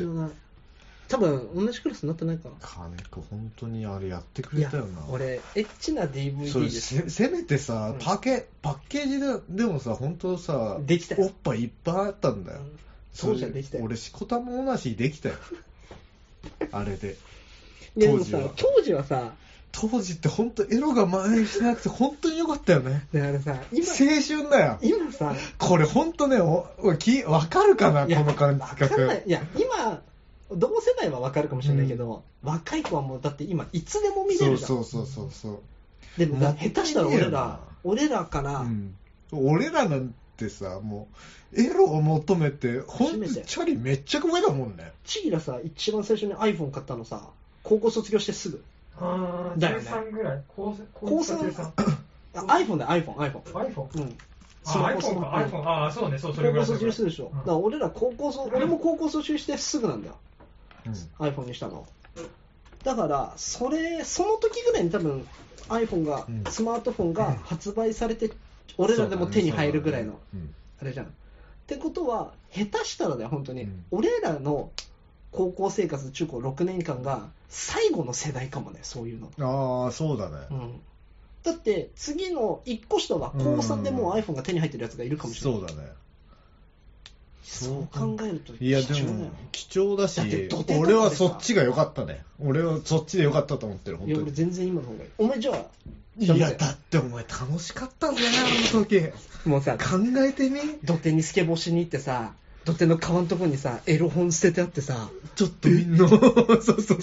Speaker 1: 多分同じクラスになってないかな
Speaker 3: 金子本当にあれやってく
Speaker 1: い
Speaker 3: れ
Speaker 1: や
Speaker 3: たよな
Speaker 1: 俺エッチな DVD
Speaker 3: そ
Speaker 1: で
Speaker 3: れ
Speaker 1: す
Speaker 3: せせめてさ
Speaker 1: うん
Speaker 3: パケパッケージででもさ本当さ
Speaker 1: できたよ
Speaker 3: おっぱいいっぱいあったんだよ、
Speaker 1: うん
Speaker 3: それ
Speaker 1: そうじゃできたよ
Speaker 3: 俺しこたまおなしできたよあれで
Speaker 1: でも
Speaker 3: 当時
Speaker 1: さ
Speaker 3: は
Speaker 1: 当時はさ
Speaker 3: 当時って本当エロが蔓延してなくて本当によかったよね
Speaker 1: だからさ今
Speaker 3: 青春だよ
Speaker 1: 今さ
Speaker 3: これ本当ねおおきわかるかない
Speaker 1: や
Speaker 3: この感
Speaker 1: わかんない
Speaker 3: 覚
Speaker 1: いや今同世代はわかるかもしれないけど、若い子はもうだって今いつでも見れ
Speaker 3: そ
Speaker 1: る
Speaker 3: う
Speaker 1: じゃん
Speaker 3: そうそうそうそう
Speaker 1: でも
Speaker 3: な
Speaker 1: ね下手したら俺
Speaker 3: いい
Speaker 1: ら
Speaker 3: よ
Speaker 1: 俺らから、
Speaker 3: うん、俺らなんてさもうエロを求めてほ
Speaker 1: 初
Speaker 3: んと
Speaker 1: めて
Speaker 3: チャリめっちゃ怖いだもんね
Speaker 1: チーラさ一番最初に iPhone 買ったのさ高校卒業してすぐ
Speaker 2: あー
Speaker 1: だよね
Speaker 2: 13ぐらい高三
Speaker 1: 高三
Speaker 2: 高三
Speaker 1: あ iPhone だ iPhone iPhone
Speaker 2: iPhone
Speaker 1: うん
Speaker 2: あ
Speaker 1: スマホ
Speaker 2: iPhone
Speaker 1: スマ
Speaker 2: か
Speaker 1: ホ
Speaker 2: iPhone ああそうねそうそれ
Speaker 1: 高
Speaker 2: ぐら
Speaker 1: 校
Speaker 2: い
Speaker 1: 卒
Speaker 2: それぐ
Speaker 1: 業
Speaker 2: ら
Speaker 1: してるでしょ、
Speaker 2: うん
Speaker 1: だから俺ら高校卒俺も高校卒業してすぐなんだよiPhone にしたのだからそれその時ぐらいに多分 iPhone が、
Speaker 3: うん
Speaker 1: スマートフォンが発売されて俺らでも手に入るぐらいの、
Speaker 3: そうだね
Speaker 1: あれじゃんってことは下手したらだよ本当に、
Speaker 3: うん
Speaker 1: 俺らの高校生活中高6年間が最後の世代かもねそういうの、
Speaker 3: そうだねうんああそうだね
Speaker 1: うん、だって次の1個下は高3でもう iPhone が手に入ってるやつがいるかもしれない、
Speaker 3: そうだね
Speaker 1: そう考えると
Speaker 3: いや、
Speaker 1: 貴
Speaker 3: で
Speaker 1: 重だ
Speaker 3: も
Speaker 1: よ、
Speaker 3: 貴重だし
Speaker 1: だって土手とかでさ
Speaker 3: 俺はそっちが良かったね。俺はそっちで良かったと思ってる、本
Speaker 1: いや
Speaker 3: 当
Speaker 1: 俺
Speaker 3: に。
Speaker 1: 全然今の方がいいお前じゃあ
Speaker 3: いや、だってお前楽しかったんだよ、 あの時。
Speaker 1: もうさ
Speaker 3: 考えてみ
Speaker 1: 土手にスケボーしに行ってさ土手の川のとこにさエロ本捨ててあってさ
Speaker 3: ちょっとみ んな、そうそうそう。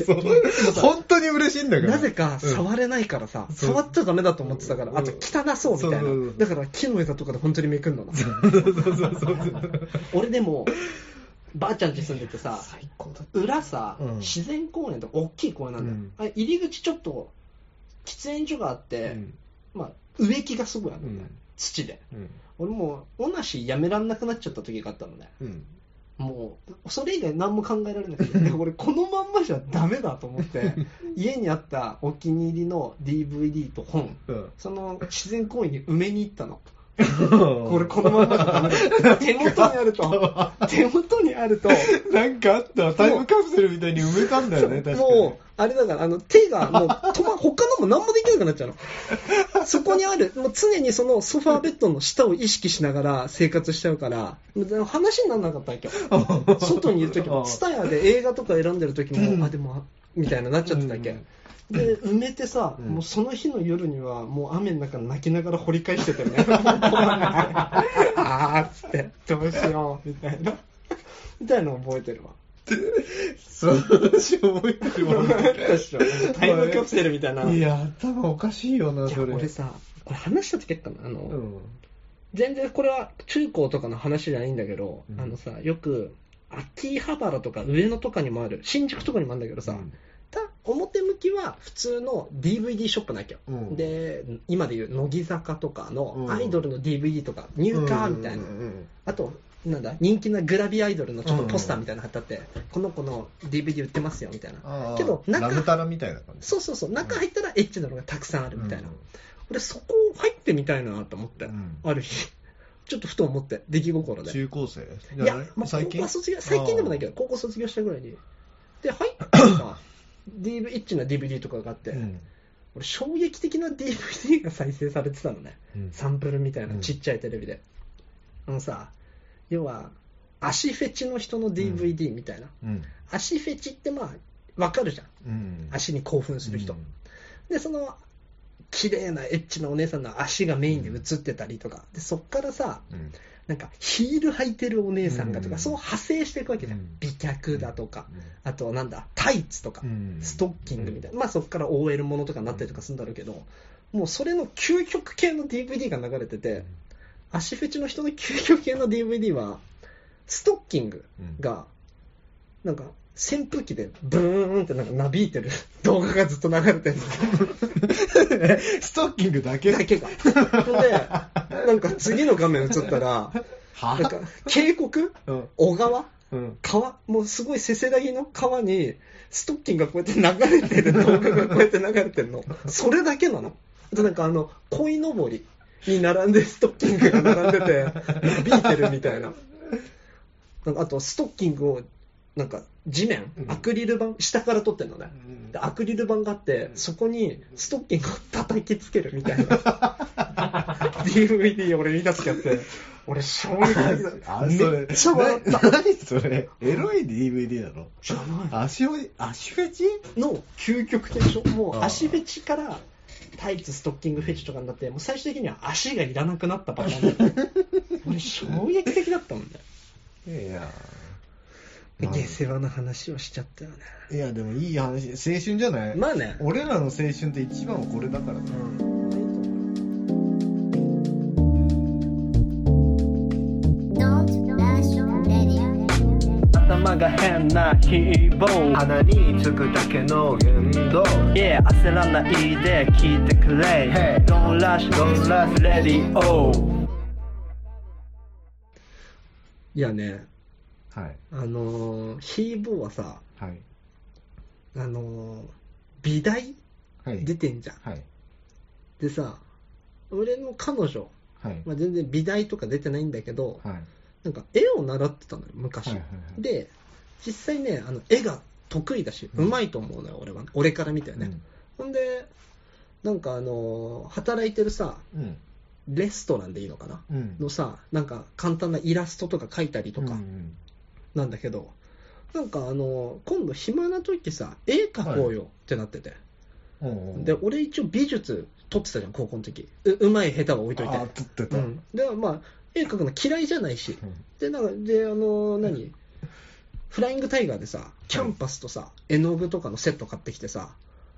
Speaker 3: 本当に嬉しいんだから。
Speaker 1: なぜか
Speaker 3: うん
Speaker 1: 触れないからさ、
Speaker 3: そう
Speaker 1: 触っちゃダメだと思ってたから、あと汚そうみたい
Speaker 3: そうそうそ
Speaker 1: な
Speaker 3: う
Speaker 1: だから木の枝とかで本当にめくんのな
Speaker 3: そうそうそうそう。
Speaker 1: 俺でもばあちゃん家住んでてさ
Speaker 3: 最高だっ
Speaker 1: 裏さ、
Speaker 3: うん
Speaker 1: 自然公園とか大きい公園なんだよ、
Speaker 3: うん
Speaker 1: あれ入り口ちょっと喫煙所があって、
Speaker 3: た。うん
Speaker 1: まあ植木がすごいあるんだよ、
Speaker 3: うん
Speaker 1: 土で
Speaker 3: うん
Speaker 1: 俺もうオナシーやめらんなくなっちゃった時があったのね
Speaker 3: うん
Speaker 1: もうそれ以外何も考えられなくてで俺このまんまじゃダメだと思って家にあったお気に入りの DVD と本
Speaker 3: うん。
Speaker 1: その自然公園に埋めに行ったの
Speaker 3: こ
Speaker 1: これこのまんまじゃダメだ手元にあると手元にあると
Speaker 3: なんかあったタイムカプセルみたいに埋めたんだよね、確かに。
Speaker 1: もう、あれだから、あの、手がもう、止ま、他のも何もできなくなっちゃうの。そこにある、もう常にそのソファーベッドの下を意識しながら生活しちゃうから、もう話にならなかったわけよ。外にいる時も、ツタヤで映画とか選んでる時も、あ、でも、あみたいななっちゃってたわけ。で、埋めてさ、
Speaker 3: うん
Speaker 1: もうその日の夜には、もう雨の中泣きながら掘り返してたよ ね。あーっつって、どうしよう、みたいな。みたいなの覚えてるわ。
Speaker 3: そう、私覚えてるわ。
Speaker 1: タイムカプセルみたいな。
Speaker 3: いや、頭おかしいよな、
Speaker 1: いや
Speaker 3: それ。
Speaker 1: 俺さこれ話した時やったなあの、
Speaker 3: うん。
Speaker 1: 全然これは中高とかの話じゃないんだけど、
Speaker 3: うん
Speaker 1: あのさよく秋葉原とか上野とかにもある新宿とかにもあるんだけどさ、た表向きは普通の DVD ショップなきゃ、
Speaker 3: うん
Speaker 1: で今でいう乃木坂とか
Speaker 3: う
Speaker 1: の
Speaker 3: ん
Speaker 1: アイドルの DVD とか入荷みたいな、
Speaker 3: うんうん
Speaker 1: あとなんだ人気なグラビアアイドルのちょっとポスターみたいなの貼ってあって、この子の DVD 売ってますよみたいな
Speaker 3: ああ
Speaker 1: けど中
Speaker 3: ラムタラみたいな感じ。
Speaker 1: そうそうそう中入ったらエッチなのがたくさんあるみたいな、
Speaker 3: うん
Speaker 1: 俺そこ入ってみたいなと思って、
Speaker 3: うん
Speaker 1: ある日ちょっとふと思って出来心で
Speaker 3: 中高生
Speaker 1: い
Speaker 3: じゃ
Speaker 1: や
Speaker 3: ない、
Speaker 1: まあ、
Speaker 3: 最
Speaker 1: 高校
Speaker 3: 近
Speaker 1: は卒業最近でもないけど高校卒業したぐらいにで入ったらさ DV エッチな DVD とかがあって、
Speaker 3: うん
Speaker 1: 俺衝撃的な DVD が再生されてたのね
Speaker 3: うん
Speaker 1: サンプルみたいな
Speaker 3: うん
Speaker 1: ちっちゃいテレビで、あのさ要は足フェチの人の DVD みたいな、
Speaker 3: うん
Speaker 1: 足フェチってまあわかるじゃん
Speaker 3: うん
Speaker 1: 足に興奮する人、
Speaker 3: うん
Speaker 1: でその綺麗なエッチなお姉さんの足がメインで映ってたりとかでそっからさ
Speaker 3: うん
Speaker 1: なんかヒール履いてるお姉さんがと
Speaker 3: うん
Speaker 1: かそう派生していくわけじゃ
Speaker 3: うんん
Speaker 1: 美脚だとかあとなんだタイツとか
Speaker 3: うん
Speaker 1: ストッキングみたいなまあそこから OL ものとかになったりとかするんだろうけどもうそれの究極系の DVD が流れてて足フェチの人の究極系の DVD はストッキング
Speaker 3: うん
Speaker 1: がなんか扇風機でブーンってなんかなびいてる 動画がずっと流れ てる
Speaker 3: ストッキングだけ
Speaker 1: だけが。で、なんか次の画面映ったら、
Speaker 3: は
Speaker 1: なんか渓谷
Speaker 3: うん
Speaker 1: 小川
Speaker 3: うん
Speaker 1: 川もうすごいせせらぎの川にストッキングがこうやって流れてる動画がこうやって流れてるのそれだけなのあとなんかあの鯉のぼりに並んでストッキングが並んでてなびいてるみたいななんかあとストッキングをなんか地面
Speaker 3: うん
Speaker 1: アクリル板下から撮ってるのねでアクリル板があってそこにストッキングを叩きつけるみ たいな DVD 俺見出すやって俺衝撃的だ
Speaker 3: あそれ
Speaker 1: めっちゃ笑った
Speaker 3: な何それエロい DVD だろ
Speaker 1: じゃない
Speaker 3: 足を足フェチ
Speaker 1: の究極的でしょもう
Speaker 3: ああ
Speaker 1: 足フェチからタイツストッキングフェチとかになってもう最終的には足がいらなくなったパターンだった 俺衝撃的だったもんね
Speaker 3: いやまあ
Speaker 1: 下世話な話をしちゃったよね
Speaker 3: いやでもいい話青春じゃない
Speaker 1: まあね
Speaker 3: 俺らの青春って一番はこれだからね
Speaker 1: うん
Speaker 5: Not National Radio.
Speaker 6: 頭が変な希望鼻につくだけの言動 Yeah 焦らないで聞いてくれ Hey Don't rush Don't rush Radio
Speaker 1: いやね
Speaker 3: はい
Speaker 1: あのーヒーボーはさ
Speaker 3: はい
Speaker 1: あのー美大
Speaker 3: はい
Speaker 1: 出てんじゃん
Speaker 3: はい
Speaker 1: でさ俺の彼女、
Speaker 3: はい
Speaker 1: まあ、全然美大とか出てないんだけど
Speaker 3: はい
Speaker 1: なんか絵を習ってたのよ昔、
Speaker 3: はいはいはい
Speaker 1: で実際ねあの絵が得意だしう
Speaker 3: うん
Speaker 1: まいと思うのよ俺は俺から見てね、ほ
Speaker 3: うん
Speaker 1: んでなんかあのー働いてるさ
Speaker 3: うん
Speaker 1: レストランでいいのかな
Speaker 3: うん
Speaker 1: のさなんか簡単なイラストとか描いたりとか
Speaker 3: うん
Speaker 1: なんだけど、なんかあの今度暇な時さ絵描こうよってなってて、
Speaker 3: うんうんうん
Speaker 1: で俺一応美術取ってたじゃん高校の時ううまい下手は置いといて
Speaker 3: あー撮ってた、
Speaker 1: うん、でまあ絵描くの嫌いじゃないし、
Speaker 3: うん
Speaker 1: でなんかであの 何フライングタイガーでさキャンパスとさ、絵の具とかのセット買ってきてさ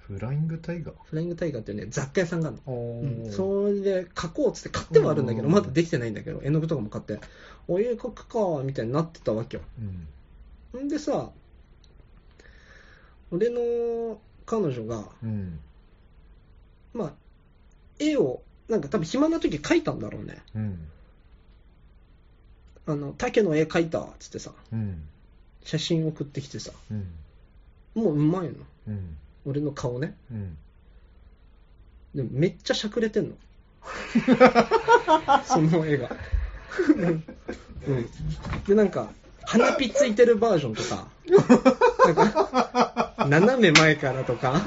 Speaker 3: フライングタイガー
Speaker 1: フライングタイガーっていうね雑貨屋さんがあるの
Speaker 3: お
Speaker 1: うん、それで書こうっつって買ってはあるんだけど
Speaker 3: うん
Speaker 1: まだできてないんだけど絵の具とかも買ってお絵描くかみたいになってたわけよ
Speaker 3: うん、
Speaker 1: んでさ俺の彼女が
Speaker 3: うん
Speaker 1: まあ絵をなんか多分暇な時描いたんだろうね
Speaker 3: うん
Speaker 1: あの竹の絵描いたっつってさ
Speaker 3: うん
Speaker 1: 写真送ってきてさ
Speaker 3: うん
Speaker 1: もううまいの
Speaker 3: うん
Speaker 1: 俺の顔ね
Speaker 3: うん
Speaker 1: でもめっちゃしゃくれてんのその絵がうんでなんか鼻ピついてるバージョンとかなんか斜め前からとか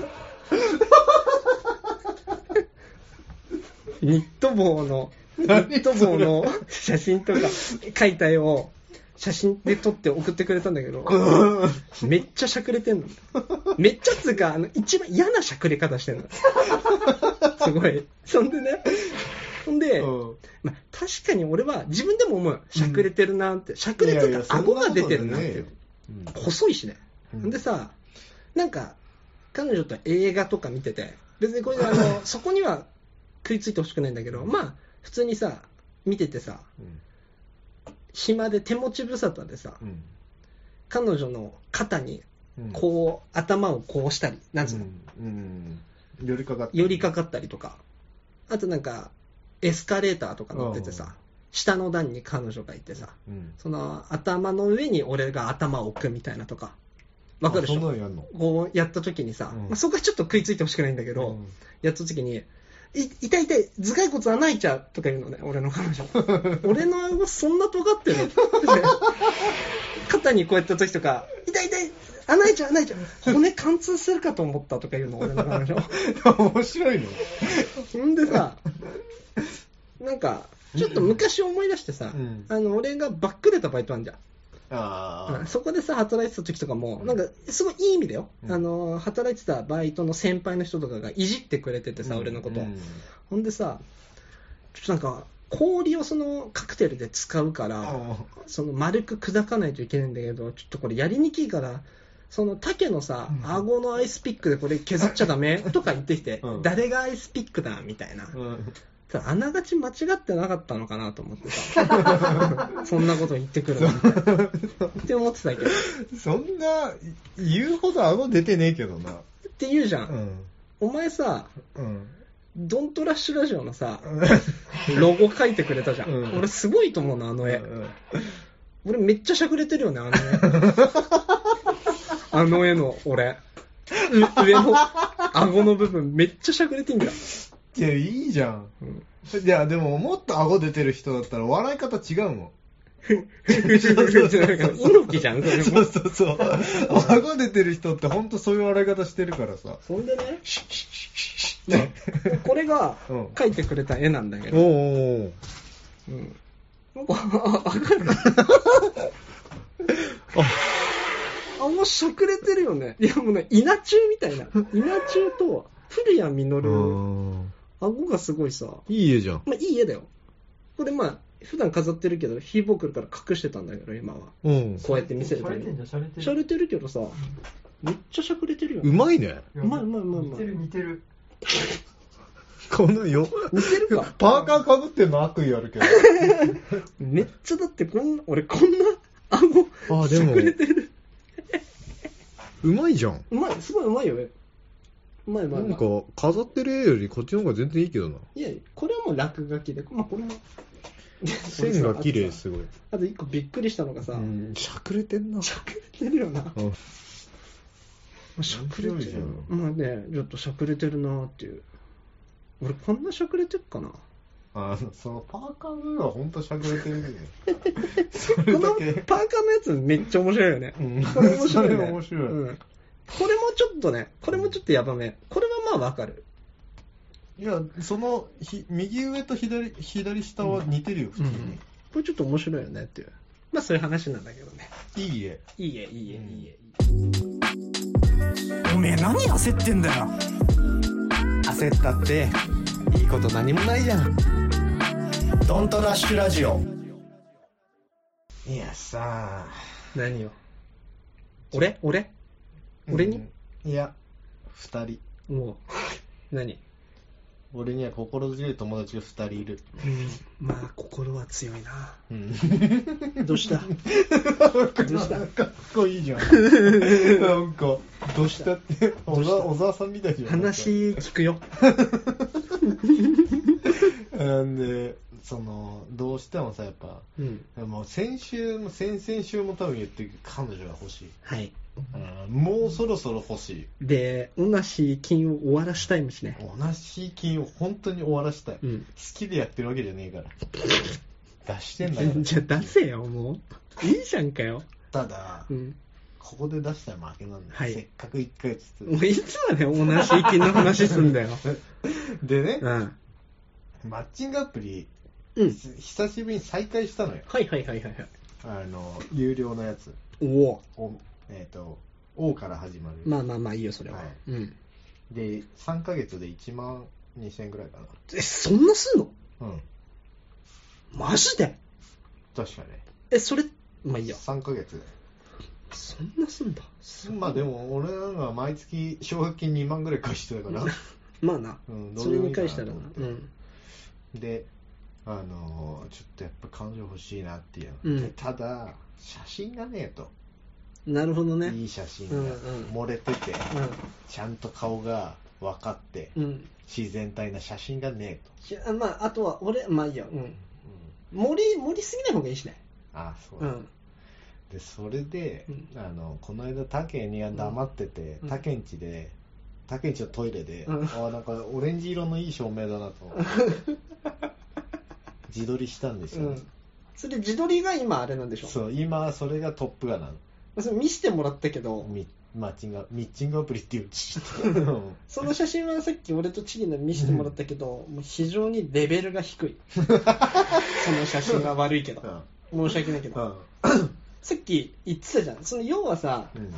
Speaker 1: ニット帽のニット帽の写真とか描いた絵を写真で撮って送ってくれたんだけどめっちゃしゃくれてんのめっちゃっつうかあの一番嫌なしゃくれ方してんのすごい。そんでね、ほんで、
Speaker 3: うん
Speaker 1: まあ、確かに俺は自分でも思う、しゃくれてるなって、しゃくれて
Speaker 3: いやい
Speaker 1: る
Speaker 3: や
Speaker 1: か、顎が出てるなってい
Speaker 3: そんな
Speaker 1: う、
Speaker 3: うん
Speaker 1: 細いしね。
Speaker 3: うん
Speaker 1: ほんでさ、なんか、彼女と映画とか見てて、別にこれあ のそこには食いついてほしくないんだけど、まあ、普通にさ、見ててさ、
Speaker 3: うん
Speaker 1: 暇で手持ち無沙汰でさ、
Speaker 3: うん
Speaker 1: 彼女の肩に
Speaker 3: うん
Speaker 1: こう、頭をこうしたり、なんつうの、
Speaker 3: うんうん寄りかかって
Speaker 1: 寄りかかったりとか、あとなんか、エスカレーターとか乗ってて
Speaker 3: うん
Speaker 1: さ、下の段に彼女がいてさ、
Speaker 3: うん
Speaker 1: その頭の上に俺が頭を置くみたいなとか、わかるでし
Speaker 3: あそん
Speaker 1: ょ
Speaker 3: なんやんの
Speaker 1: こうやった時にさ、
Speaker 3: うん
Speaker 1: まあ、そこはちょっと食いついてほしくないんだけど、
Speaker 3: うん
Speaker 1: やった時に、い痛い痛い、頭蓋骨穴開いちゃうとか言うのね、俺の彼 女。俺の顎そんな尖ってるのって肩にこうやった時とか、痛い痛い、穴開いちゃう穴開いちゃう、骨貫通するかと思ったとか言うの、俺の彼女。
Speaker 3: 面白いの
Speaker 1: ほんでさ、なんか、ちょっと昔思い出してさ、
Speaker 3: うん
Speaker 1: あの俺がバックレたバイトあんじゃん、
Speaker 3: あ
Speaker 1: うん
Speaker 3: あ
Speaker 1: そこでさ、働いてた時とかも、
Speaker 3: うん
Speaker 1: なんか、すごいいい意味だよ、
Speaker 3: うん
Speaker 1: あの、働いてたバイトの先輩の人とかがいじってくれててさ、俺のこと、
Speaker 3: うん
Speaker 1: ほんでさ、ちょっとなんか、氷をそのカクテルで使うか
Speaker 3: あ
Speaker 1: ら、
Speaker 3: ー
Speaker 1: その丸く砕かないといけないんだけど、ちょっとこれやりにくいから、その竹のさ、
Speaker 3: うん
Speaker 1: 顎のアイスピックでこれ削っちゃダメとか言ってきて、
Speaker 3: うん
Speaker 1: 誰がアイスピックだみたいな。
Speaker 3: うん
Speaker 1: ただあながち間違ってなかったのかなと思ってさ そんなこと言ってくるなんてって思ってたけどっ
Speaker 3: そんな言うほど顎出てねえけどな
Speaker 1: て言うじゃ、
Speaker 3: うんん
Speaker 1: お前さ
Speaker 3: うん
Speaker 1: ドントラッシュラジオのさロゴ書いてくれたじゃん、
Speaker 3: うん
Speaker 1: 俺すごいと思うのあの絵、
Speaker 3: うん
Speaker 1: 俺めっちゃしゃくれてるよねあの絵 あの絵の俺う上の顎の部分めっちゃしゃくれてんだよ、
Speaker 3: いやいいじゃん
Speaker 1: うん
Speaker 3: いやでももっと顎出てる人だったら笑い方違うもん
Speaker 1: 猪木じゃんそれも
Speaker 3: そうそうそう。顎出てる人って本当そういう笑い方してるからさ。
Speaker 1: そんでね、まあこれが
Speaker 3: うん
Speaker 1: 描いてくれた絵なんだけ
Speaker 3: お
Speaker 1: ど、
Speaker 3: お。
Speaker 1: うん、なんか、あわかるあ、もうしゃくれてるよね。いや、もうね、稲中みたいな。稲中と、古谷実、顎がすごいさ、
Speaker 3: いい絵じゃん。
Speaker 1: まあ、いい絵だよ。これまあ、普段飾ってるけど、ヒーボークルから隠してたんだけど、今は。
Speaker 3: うん。
Speaker 1: こうやって見せるために。
Speaker 7: ゃれて
Speaker 1: しゃれてるけどさ、めっちゃしゃくれてるよね。
Speaker 3: まいね。
Speaker 1: うまいうまいうまいうまい
Speaker 7: 似てる
Speaker 3: このよ。
Speaker 1: 似てるか
Speaker 3: パーカーかぶってんの悪意あるけど。
Speaker 1: めっちゃだってこんな、俺こんな顎
Speaker 3: あ
Speaker 1: し
Speaker 3: で
Speaker 1: ゃ
Speaker 3: も
Speaker 1: くれてる。
Speaker 3: うまいじゃん。
Speaker 1: うまい、すごいうまいよ、絵うまいうまい。うまい、
Speaker 3: 飾ってる絵よりこっちの方が全然いいけどな。
Speaker 1: いや、これはもう落書きで、まあこれも。
Speaker 3: ごい。
Speaker 1: あとさあと一個びっくりしたのがさ、
Speaker 3: うんしゃくれてんな。
Speaker 1: しゃくれてるよな。
Speaker 3: うん
Speaker 1: しゃくれてる
Speaker 3: 面白いじゃん。
Speaker 1: まあね、ちょっとしゃくれてるなーっていう。俺こんなしゃくれてるかな
Speaker 3: あの、そのパーカーの色は本当しゃくれて るね。
Speaker 1: このパーカーのやつめっちゃ面白いよね。
Speaker 3: うん
Speaker 1: これ面白い、ね。
Speaker 3: それ面白い
Speaker 1: うんこれもちょっとね、これもちょっとやばめ。これはまあわかる。
Speaker 3: いや、そのひ右上と左左下は似てるよ、普通に。
Speaker 1: これちょっと面白いよねっていう。まあそういう話なんだけどね。
Speaker 3: いいえ。
Speaker 1: いいえ、いいえ、いいえ。
Speaker 4: おめえ何焦ってんだよ焦ったっていいこと何もないじゃんドントラッシュラジオ
Speaker 3: いやさ
Speaker 1: 何を俺俺俺に、
Speaker 3: いや、二人。
Speaker 1: もう、 何
Speaker 3: 俺には心強い友達が二人いる。
Speaker 1: うん、まあ心は強いな。
Speaker 3: うん。
Speaker 1: ど うしたどうした
Speaker 3: かっこいいじゃん。なんか、どうしたって、小沢小沢さんみたいじゃん。
Speaker 1: 話聞くよ。
Speaker 3: なんで、その、どうしてもさ、やっぱ、
Speaker 1: うん。
Speaker 3: もう先週も先々週も多分言ってるけど彼女が欲しい、
Speaker 1: はい。
Speaker 3: うんもうそろそろ欲しい
Speaker 1: で、同じ金を終わらしたいもしね。
Speaker 3: 同じ金を本当に終わらしたい、
Speaker 1: う
Speaker 3: 好
Speaker 1: ん。
Speaker 3: きでやってるわけじゃねえか ら出してんだから
Speaker 1: じゃあ出せよ、もう。いいじゃんかよ。
Speaker 3: ただ、
Speaker 1: うん。
Speaker 3: ここで出したら負けなんだよ、
Speaker 1: はい
Speaker 3: せっかく1ヶ月
Speaker 1: もういつまで同じ金の話す んだよ。
Speaker 3: でね、
Speaker 1: うん。
Speaker 3: マッチングアプリ
Speaker 1: うん。
Speaker 3: 久しぶりに再開したのよ
Speaker 1: はいはいはいはいはい。
Speaker 3: あの有料のやつ
Speaker 1: おお。
Speaker 3: おえっ、と「O」から始まる、
Speaker 1: まあまあまあいいよ、それは。
Speaker 3: はい
Speaker 1: うん。
Speaker 3: で3ヶ月で1万2000円ぐらいか
Speaker 1: え、そんなすんの
Speaker 3: なうん
Speaker 1: マジで
Speaker 3: 確かね
Speaker 1: え、それ、まあいいや。
Speaker 3: 3ヶ月で
Speaker 1: そんなすんだ。
Speaker 3: まあでも俺なんか毎月奨学金2万ぐらい貸してた から
Speaker 1: まあな。
Speaker 3: うん
Speaker 1: それに返したらな。
Speaker 3: どうで
Speaker 1: う
Speaker 3: もいいかなと思っ
Speaker 1: ん。
Speaker 3: であのーちょっとやっぱ彼女欲しいなっていうの、
Speaker 1: うん
Speaker 3: ただ写真がねえと
Speaker 1: なるほどね。
Speaker 3: いい写真
Speaker 1: うん
Speaker 3: が
Speaker 1: うん
Speaker 3: 漏れてて、
Speaker 1: う
Speaker 3: ちゃんと顔が分かって
Speaker 1: ん。うん。
Speaker 3: 自然体な写真がねえと、
Speaker 1: しまあ、あとは、俺、まあいいや。うん。
Speaker 3: うん
Speaker 1: 盛り、盛りすぎない方がいいしね。
Speaker 3: あそう
Speaker 1: う
Speaker 3: だ、
Speaker 1: ん。
Speaker 3: でそれで、
Speaker 1: うん
Speaker 3: あのこの間他県には黙ってて
Speaker 1: うん
Speaker 3: 他県んちで他県んちのトイレで、
Speaker 1: うん
Speaker 3: あなんかオレンジ色のいい照明だなと思って 自撮りしたんです
Speaker 1: う
Speaker 3: よ、
Speaker 1: ん。それ自撮りが今あれなんでしょ
Speaker 3: そう今それがトップガンなの
Speaker 1: それ見せてもらったけど、
Speaker 3: ミマッチングアミッチングアプリっていうちうん
Speaker 1: その写真はさっき俺とチリの見せてもらったけど、もう非常にレベルが低い。その写真は悪いけど。申し訳ないけ
Speaker 3: う
Speaker 1: ど。
Speaker 3: ん
Speaker 1: さっき言ってたじゃん。その要はさ、
Speaker 3: うん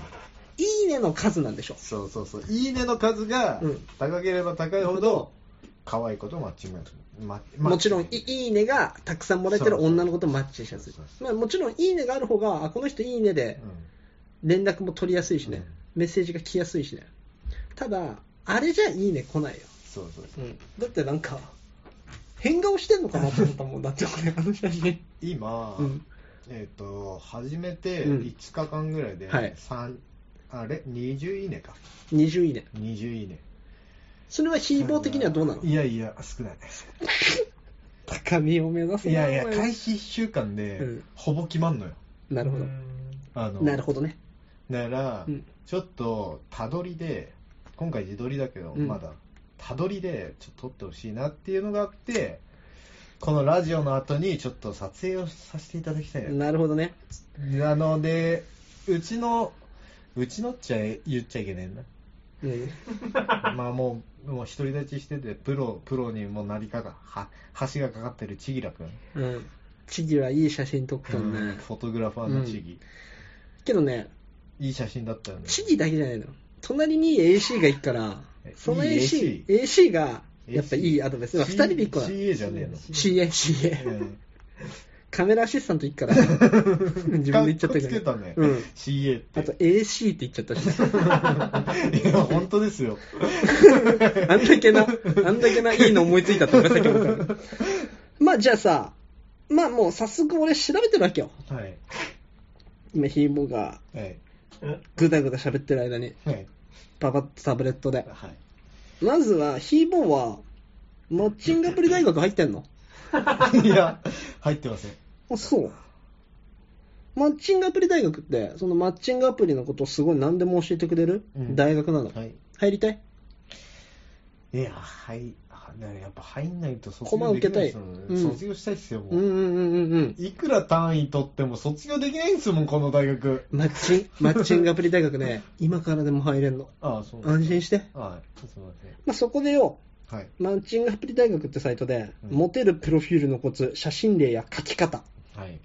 Speaker 1: いいねの数なんでしょ。
Speaker 3: そうそうそういいねの数が
Speaker 1: うん
Speaker 3: 高ければ高いほど可愛いことマッチングアプリママッ
Speaker 1: も
Speaker 3: チ
Speaker 1: ち
Speaker 3: ン
Speaker 1: ろ
Speaker 3: グ
Speaker 1: ん、いいいねがたくさんもらえてる女の子とマッチしたや
Speaker 3: そう
Speaker 1: つ
Speaker 3: そうそ。
Speaker 1: まあもちろん、いいねがある方が、あこの人いいねで
Speaker 3: うん
Speaker 1: 連絡も取りやすいしね、
Speaker 3: うん
Speaker 1: メッセージが来やすいしね。ただ、あれじゃいいね来ないよ。
Speaker 3: そうそうそう
Speaker 1: うん、だってなんか、変顔してんのかなと思ったもん、だって俺、あの写真。
Speaker 3: 今、
Speaker 1: うん。
Speaker 3: えっ、と始めて
Speaker 1: うん
Speaker 3: 5日間ぐらいで
Speaker 1: はい
Speaker 3: 三あれ20いいねか
Speaker 1: 20いいね。
Speaker 3: 20いいね
Speaker 1: それは非棒的にはどうなの
Speaker 3: いやいや少ない
Speaker 1: 高みを目指す
Speaker 3: いやいや
Speaker 1: お前
Speaker 3: 開始1週間で、
Speaker 1: うん
Speaker 3: ほぼ決まんのよ
Speaker 1: なるほ
Speaker 3: あの
Speaker 1: ど。なるほどね。
Speaker 3: だから、
Speaker 1: うん
Speaker 3: ちょっとたどりで今回自撮りだけど、
Speaker 1: うん
Speaker 3: まだたどりでちょっと撮ってほしいなっていうのがあってこのラジオの後にちょっと撮影をさせていただきたい
Speaker 1: なるほどね。
Speaker 3: なのでうちのうちのっちゃ言っちゃいけね
Speaker 1: うん。
Speaker 3: えな まあもうもう独り立ちしててプロプロにもなりかがは橋がかかってるちぎらくん、
Speaker 1: うん。チギはいい写真撮ったのね。
Speaker 3: フォトグラファーのちぎ、
Speaker 1: けどね、
Speaker 3: いい写真だったよね
Speaker 1: チギだけじゃないの。隣に AC がいるから
Speaker 3: え、
Speaker 1: その
Speaker 3: いい
Speaker 1: AC、
Speaker 3: AC
Speaker 1: AC が、やっぱいいアドバイス。2
Speaker 3: C-
Speaker 1: 人で行くから。
Speaker 3: CA じゃねえ
Speaker 1: CA、
Speaker 3: の、う
Speaker 1: CA。
Speaker 3: ん
Speaker 1: カメラアシスタント行く から。自分で言っちゃった
Speaker 3: かっこつけたね、
Speaker 1: うん
Speaker 3: CA って
Speaker 1: あと AC って言っちゃったし、
Speaker 3: いや本当ですよ
Speaker 1: あんだけな、あんだけないいの思いついたって俺さっき思ったのまあじゃあさ、まあもう早速俺調べてるわけよ。
Speaker 3: はい
Speaker 1: 今ひーぼが
Speaker 3: はい
Speaker 1: ぐだぐだ喋ってる間に、
Speaker 3: はい
Speaker 1: パパッとタブレットで。
Speaker 3: はい
Speaker 1: まずは、ひーぼは、マッチングアプリ大学入ってん の
Speaker 3: いや入ってません
Speaker 1: あ、そう。マッチングアプリ大学って、そのマッチングアプリのことをすごい何でも教えてくれる、
Speaker 3: うん
Speaker 1: 大学なの、
Speaker 3: はい
Speaker 1: 入りたい
Speaker 3: いやはいあだからやっぱ入んないと卒
Speaker 1: 駒
Speaker 3: 業
Speaker 1: 受
Speaker 3: で
Speaker 1: け
Speaker 3: き
Speaker 1: た
Speaker 3: ない
Speaker 1: い
Speaker 3: ですもんね、
Speaker 1: うん
Speaker 3: 卒業したいっすよも
Speaker 1: う
Speaker 3: う、
Speaker 1: んうんうんうんうん。
Speaker 3: いくら単位取っても卒業できないんですもんこの大学
Speaker 1: マッ チン、マッチングアプリ大学ね、今からでも入れんの。
Speaker 3: ああそう
Speaker 1: 安心して。
Speaker 3: はいすいません
Speaker 1: まあ、そこでよ、
Speaker 3: はい。
Speaker 1: マッチングアプリ大学ってサイトで、
Speaker 3: うん
Speaker 1: モテるプロフィールのコツ、写真例や書き方。
Speaker 3: はい。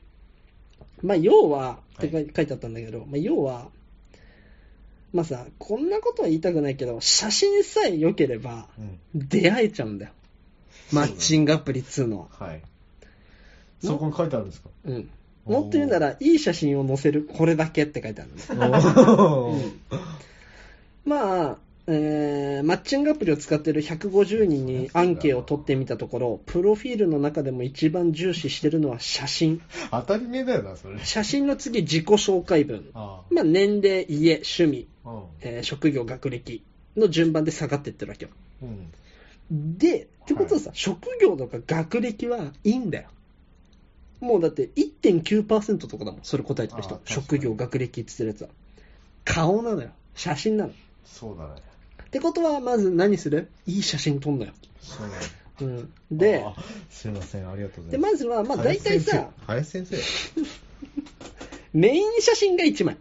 Speaker 1: まあ、要は、
Speaker 3: はい
Speaker 1: って書いてあったんだけど、まあ、要は、まあさ、こんなことは言いたくないけど、写真さえ良ければ
Speaker 3: うん。
Speaker 1: 出会えちゃうんだよ。マッチングアプリっつうのは。
Speaker 3: はい。そこに書いてあるん ですか
Speaker 1: うん。もっと言うなら、いい写真を載せる、これだけって書いてあるのね。
Speaker 3: お
Speaker 1: まあ、えーマッチングアプリを使っている150人にアンケートを取ってみたところ、プロフィールの中でも一番重視してるのは写真。
Speaker 3: 当たり前だよな、それ。
Speaker 1: 写真の次、自己紹介文。
Speaker 3: あ
Speaker 1: まあ、年齢、家、趣味、
Speaker 3: あ。
Speaker 1: えー職業、学歴の順番で下がっていってるわけよ。
Speaker 3: うん。
Speaker 1: で、ってことはさ、職業とか学歴はいいんだよ。もうだって1.9%とかだもん、それ答えてる
Speaker 3: あ
Speaker 1: 人
Speaker 3: ー。確かに
Speaker 1: 職業、学歴って言ってるやつは。顔なのよ。写真なの。
Speaker 3: そうだね。
Speaker 1: ってことは、まず何するいい写真撮んのよ。
Speaker 3: そうだね。
Speaker 1: うん、で
Speaker 3: あ、すいません、ありがとうござ
Speaker 1: で、
Speaker 3: います。
Speaker 1: まずは、まあ大体さ、
Speaker 3: 林先生。林
Speaker 1: メイン写真が1枚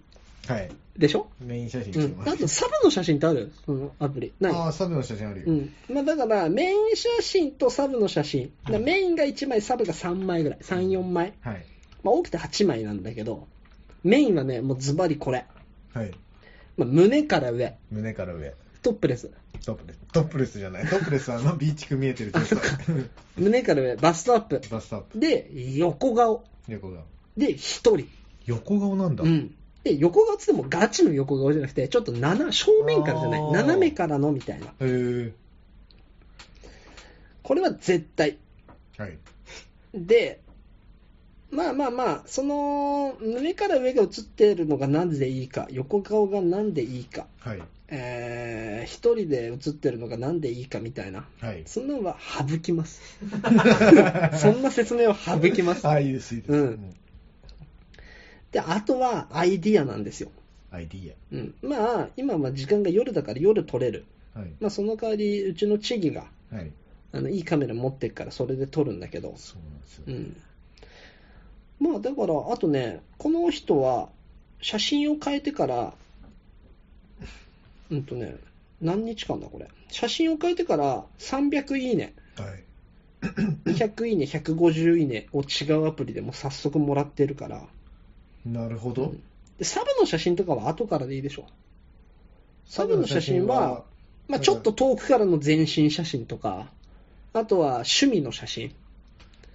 Speaker 3: 生はい。
Speaker 1: でしょ
Speaker 3: メイン写真
Speaker 1: う
Speaker 3: 来て
Speaker 1: ん。
Speaker 3: ます。
Speaker 1: あと、サブの写真ってあるそのアプリ。ない
Speaker 3: ああ、サブの写真あるよ。
Speaker 1: うん。まあだから、メイン写真とサブの写真。だからメインが1枚、サブが3枚ぐらい。3、4枚。
Speaker 3: はい。
Speaker 1: まあ多くて8枚なんだけど、メインはね、もうズバリこれ。
Speaker 3: はい。
Speaker 1: まあ胸から上。
Speaker 3: 胸から上。
Speaker 1: トップレス。
Speaker 3: トップレス。トップレスじゃない。トップレス はあのビーチく見えてる状態。
Speaker 1: 胸から上、バストアップ。
Speaker 3: バストアップ。
Speaker 1: で、横顔。
Speaker 3: 横顔。
Speaker 1: で、1人。
Speaker 3: 横顔なんだ。
Speaker 1: うん。で、横顔っつってもガチの横顔じゃなくて、ちょっと斜、正面からじゃな
Speaker 3: あ
Speaker 1: い。
Speaker 3: ー
Speaker 1: 斜めからのみたいな。
Speaker 3: へ
Speaker 1: これは絶対。
Speaker 3: え。はい。
Speaker 1: で、まあまあまあ、その、胸から上が映ってるのがなんでいいか、横顔がなんでいいか、
Speaker 3: はい。
Speaker 1: えー、一人で映ってるのがなんでいいかみたいな。
Speaker 3: はい。
Speaker 1: そんなのは省きます。そんな説明を省きます。
Speaker 3: ああ、いいです、いいです。
Speaker 1: うん。で、あとはアイディアなんですよ。
Speaker 3: アイディ
Speaker 1: うん。まあ、今は時間が夜だから夜撮れる。
Speaker 3: ア。はい。
Speaker 1: まあ、その代わり、うちのチギが、
Speaker 3: はい。
Speaker 1: あのいいカメラ持ってっからそれで撮るんだけど、
Speaker 3: そうなんですよ
Speaker 1: う。ん、まあだからあとねこの人は写真を変えてから うんとね何日間だこれ写真を変えてから300いいね
Speaker 3: はい。
Speaker 1: 100いいね150いいねを違うアプリでもう早速もらってるから
Speaker 3: なるほど。
Speaker 1: でサブの写真とかは後からでいいでしょサブの写真は、まあ、ちょっと遠くからの全身写真とかあとは趣味の写真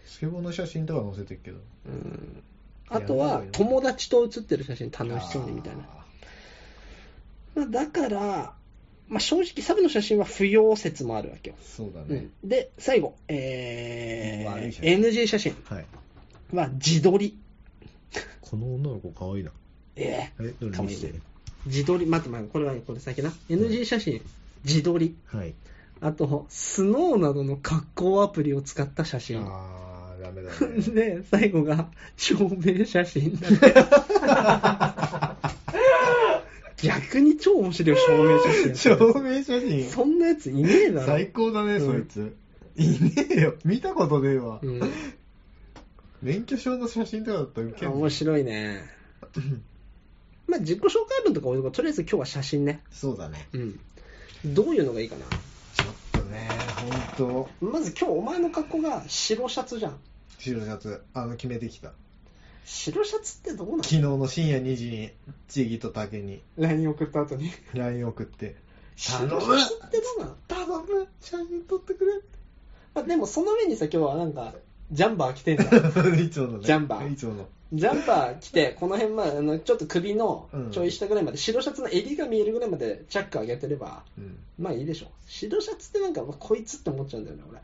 Speaker 3: スケボーの写真とか載せてるけど。
Speaker 1: うんあとは
Speaker 3: やばいよね
Speaker 1: 友達と写ってる写真楽しそうにみたいな。
Speaker 3: あ
Speaker 1: まあ、だから、まあ、正直サブの写真は不要説もあるわけよ
Speaker 3: ー。そうだ
Speaker 1: う
Speaker 3: ね
Speaker 1: ん。、で、最後、え
Speaker 3: 悪い
Speaker 1: ー
Speaker 3: 写、真
Speaker 1: NG 写真
Speaker 3: はい。
Speaker 1: は自撮り。
Speaker 3: この女の子可愛いな。
Speaker 1: え
Speaker 3: え、どれ見せて。
Speaker 1: ー自撮り、待って待って、これはこれ先な。NG 写真、自撮り。
Speaker 3: はい。
Speaker 1: あと、スノーなどの格好アプリを使った写真。
Speaker 3: あー、ダメだね。
Speaker 1: で、最後が、証明写真。逆に超面白いよ、証明写真。
Speaker 3: 証明写真。
Speaker 1: そんなやついねえだろ。
Speaker 3: 最高だね、
Speaker 1: うん
Speaker 3: そいつ。いねえよ。見たことねえわ。
Speaker 1: うん、
Speaker 3: 免許証の写真とかだったらウケる
Speaker 1: 面白い ね。まあ自己紹介文とか多いけどとりあえず今日は写真ね。
Speaker 3: そうだね。
Speaker 1: うん。どういうのがいいかな。
Speaker 3: ちょっとね、ほんと。
Speaker 1: まず今日お前の格好が白シャツじゃん。
Speaker 3: 白シャツ、あの、決めてきた。
Speaker 1: 白シャツってどうなの
Speaker 3: 昨日の深夜2時に、チギと竹に
Speaker 1: ?LINE 送った後に。
Speaker 3: LINE 送って、
Speaker 1: 白シャツってどうなの
Speaker 3: 頼む写真撮ってくれ
Speaker 1: まあでもその上にさ今日はなんか、ジャンバー着 てんだ。
Speaker 3: いつものね。
Speaker 1: ジャンバー
Speaker 3: いつもの。
Speaker 1: ジャンパー着て、この辺まで、あのちょっと首の
Speaker 3: うん
Speaker 1: ちょい下ぐらいまで、白シャツの襟が見えるぐらいまでチャック上げてれば、
Speaker 3: うん。
Speaker 1: まあいいでしょ。白シャツってなんか、まあこいつって思っちゃうんだよね、俺。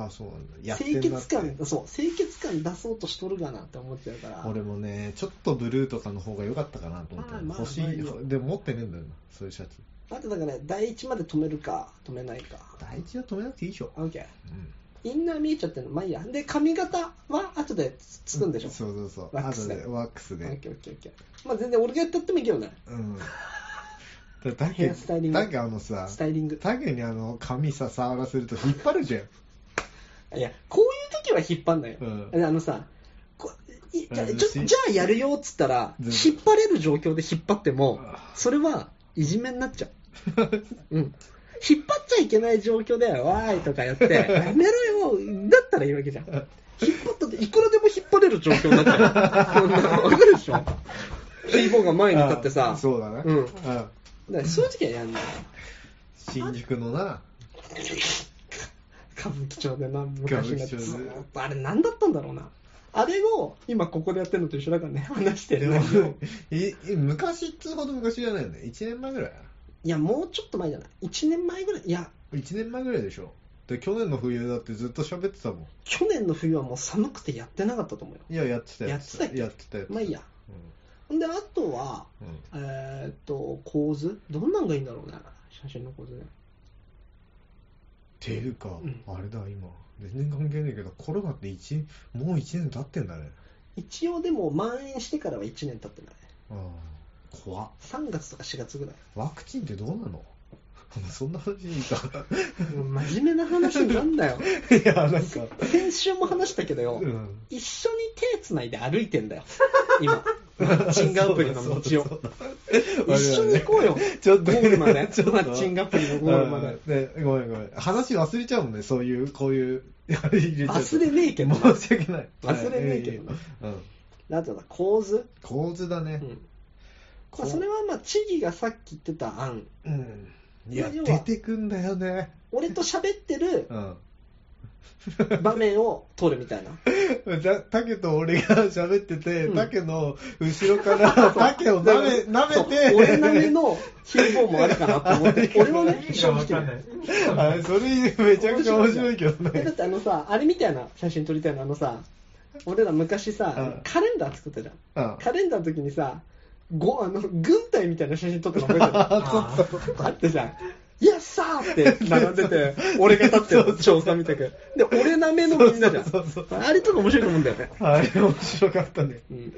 Speaker 3: ああ、そうなんだ。やって
Speaker 1: 清
Speaker 3: んなっ
Speaker 1: 潔
Speaker 3: て
Speaker 1: 感、そう、清潔感出そうとしとるがなって思っちゃうから。
Speaker 3: 俺もね、ちょっとブルーとかの方が良かったかなと思って
Speaker 1: あーまあ
Speaker 3: 欲し
Speaker 1: まあ
Speaker 3: い
Speaker 1: いいよ。
Speaker 3: でも持ってねえんだよな、そういうシャツ。
Speaker 1: あとだから、第一まで止めるか、止めないか。
Speaker 3: 第一は止めなくていいでしょ。
Speaker 1: あ OK。
Speaker 3: うん。
Speaker 1: インナー見えちゃってるの、まあいいや。で、髪型は後でつつくんでしょ。
Speaker 3: そうそうそう。
Speaker 1: ワッ
Speaker 3: あ
Speaker 1: クス
Speaker 3: と
Speaker 1: で
Speaker 3: で、ワックス
Speaker 1: オッ
Speaker 3: で。
Speaker 1: ケーオッケーオッケー。まあ全然俺がやってってもいいけどね。
Speaker 3: うん。だだ
Speaker 1: ヘ
Speaker 3: け
Speaker 1: アスタイリン
Speaker 3: ど、
Speaker 1: グ
Speaker 3: だけどあのさ
Speaker 1: ス、タイリング。
Speaker 3: タゲにあの髪さ、触らせると引っ張るじゃん。
Speaker 1: いや、こういう時は引っ張んないよ。
Speaker 3: うん
Speaker 1: あのさ、こいじゃあ
Speaker 3: うん
Speaker 1: ちょじゃあやるよっつったら、
Speaker 3: ず
Speaker 1: 引 っ張れる状況で引っ張っても、それはいじめになっちゃう。うん。引っ張っちゃいけない状況で、わーいとかやって、やめろよ、だったらいいわけじゃん。引っ張ったって、いくらでも引っ張れる状況になっち ゃう。そんなの、わかるでしょキーボーが前に立って
Speaker 3: あ
Speaker 1: さ、
Speaker 3: そうだね。
Speaker 1: うん
Speaker 3: うん。
Speaker 1: だからそういう時はやんない。
Speaker 3: 新宿のな、
Speaker 1: 歌舞伎町で な、昔のやつ
Speaker 3: 歌舞伎町で
Speaker 1: ずーっとあれ何だったんだろうな。あれを、今ここでやってるのと一緒だ からね、話して
Speaker 3: で
Speaker 1: る
Speaker 3: も
Speaker 1: 内容。、
Speaker 3: いい昔っつうほど昔じゃないよね。1年前ぐらい
Speaker 1: いや、もうちょっと前じゃない ?1 年前ぐらい。いや、
Speaker 3: ?1 年前ぐらいでしょ。で、去年の冬だってずっと喋ってたもん。
Speaker 1: 去年の冬はもう寒くてやってなかったと思うよ。
Speaker 3: いや、やってた
Speaker 1: やってたっけ
Speaker 3: やってたやってた
Speaker 1: まあいいや。ほんで、あとは、
Speaker 3: うんうん
Speaker 1: えーっと、構図どんなんがいいんだろうね。写真の構図ね。
Speaker 3: ていうか、
Speaker 1: ん
Speaker 3: あれだ、今。全然関係ないけど、コロナって一もう1年経ってんだね。
Speaker 1: 一応でも、蔓延してからは1年経ってない。
Speaker 3: ああ、怖っ。
Speaker 1: 3月とか4月ぐ らい。
Speaker 3: ワクチンってどうなの そんな話いいか。
Speaker 1: もう真面目な話になんだよ。
Speaker 3: いや、なんか、
Speaker 1: 先週も話したけどよ。
Speaker 3: うん。
Speaker 1: 一緒に手つないで歩いてんだ よ、今、マッチングアプリの道を。一緒に行こうよ、
Speaker 3: ちょっと
Speaker 1: ゴールまで、マ
Speaker 3: ちょっと
Speaker 1: ッチングアプリのゴールまで。
Speaker 3: ね、ごめんごめん。話忘れちゃうもんね、そういう、こういう、 あれ入れちゃうと
Speaker 1: 忘れねえけどな
Speaker 3: 申し訳ない。
Speaker 1: 忘れねえけどな
Speaker 3: はいいいいうん。
Speaker 1: あとだ、構図、
Speaker 3: 構図だ
Speaker 1: う
Speaker 3: ね。
Speaker 1: ん
Speaker 3: こ
Speaker 1: ま
Speaker 3: う
Speaker 1: あ、それはまあ、知義がさっき言ってた案、
Speaker 3: うん。いや、
Speaker 1: まあ要は
Speaker 3: 出てくんだよね。
Speaker 1: 俺と喋ってる
Speaker 3: うん。
Speaker 1: 場面を撮るみたいな、
Speaker 3: だタケと俺が喋ってて、
Speaker 1: うん
Speaker 3: タケの後ろからタケを舐め、舐
Speaker 1: そう
Speaker 3: めて、
Speaker 1: 俺なりのヒーボーもあるかなと思 って、俺はね、正直
Speaker 2: わかんない
Speaker 3: あれそれめちゃくちゃ面白いけど
Speaker 1: えだ
Speaker 3: ね
Speaker 1: っ。てあのさ、あれみたいな写真撮りたいの、あのさ、俺ら昔
Speaker 3: うん
Speaker 1: さ、カレンダー作ったじゃん。
Speaker 3: うん
Speaker 1: カレンダーの時にさ、ごあの軍隊みたいな写真撮ったの覚え てる
Speaker 2: あ
Speaker 1: あったじゃん。イエッサーって並んでて、俺が立ってる調査みたく。で、俺なめのみんなじゃん。
Speaker 3: そうそう
Speaker 1: あれとか面白いと思うんだよね。
Speaker 3: あれ面白かっ たね。
Speaker 1: うん、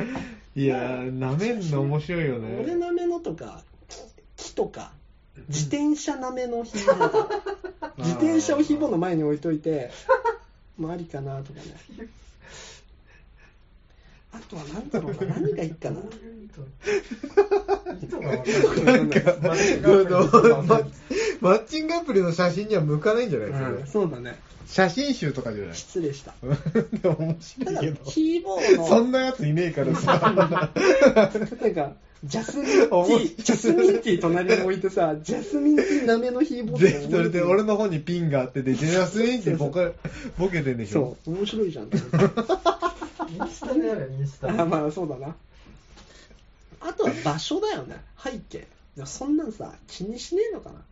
Speaker 3: いやー、舐めんの面白いよ
Speaker 1: 俺
Speaker 3: ね。
Speaker 1: なめのとか、木木とか、自転車なめのひーぼー自転車をひーぼーの前に置いとい て、もうありかなとかね。 あとは何だろうな、何がいいかな。
Speaker 3: なんか、このマッマッチングアプリの写真には向かないんじゃないですか、
Speaker 1: うん、そうだね。
Speaker 3: 写真集とかじ ゃない
Speaker 1: 失礼した。
Speaker 3: でも面白
Speaker 1: た
Speaker 3: い
Speaker 1: だ
Speaker 3: けど。
Speaker 1: キーボードの
Speaker 3: そんなやついねえか らさ。
Speaker 1: なんか、ジャスミン ティ
Speaker 3: 面白い
Speaker 1: ー、ジャスミンティー隣に置いてさ、ジャスミンティーなめのヒーボード
Speaker 3: で、それで俺の方にピンがあってて、ジェラスインってボケ、ボケてんでしょ。
Speaker 1: そう、面白い じゃんと思って。
Speaker 2: インスタであるインスタ。
Speaker 1: あ、まあそうだな。あとは場所だよね、背景。いやそんなんさ、気にしねえのかな。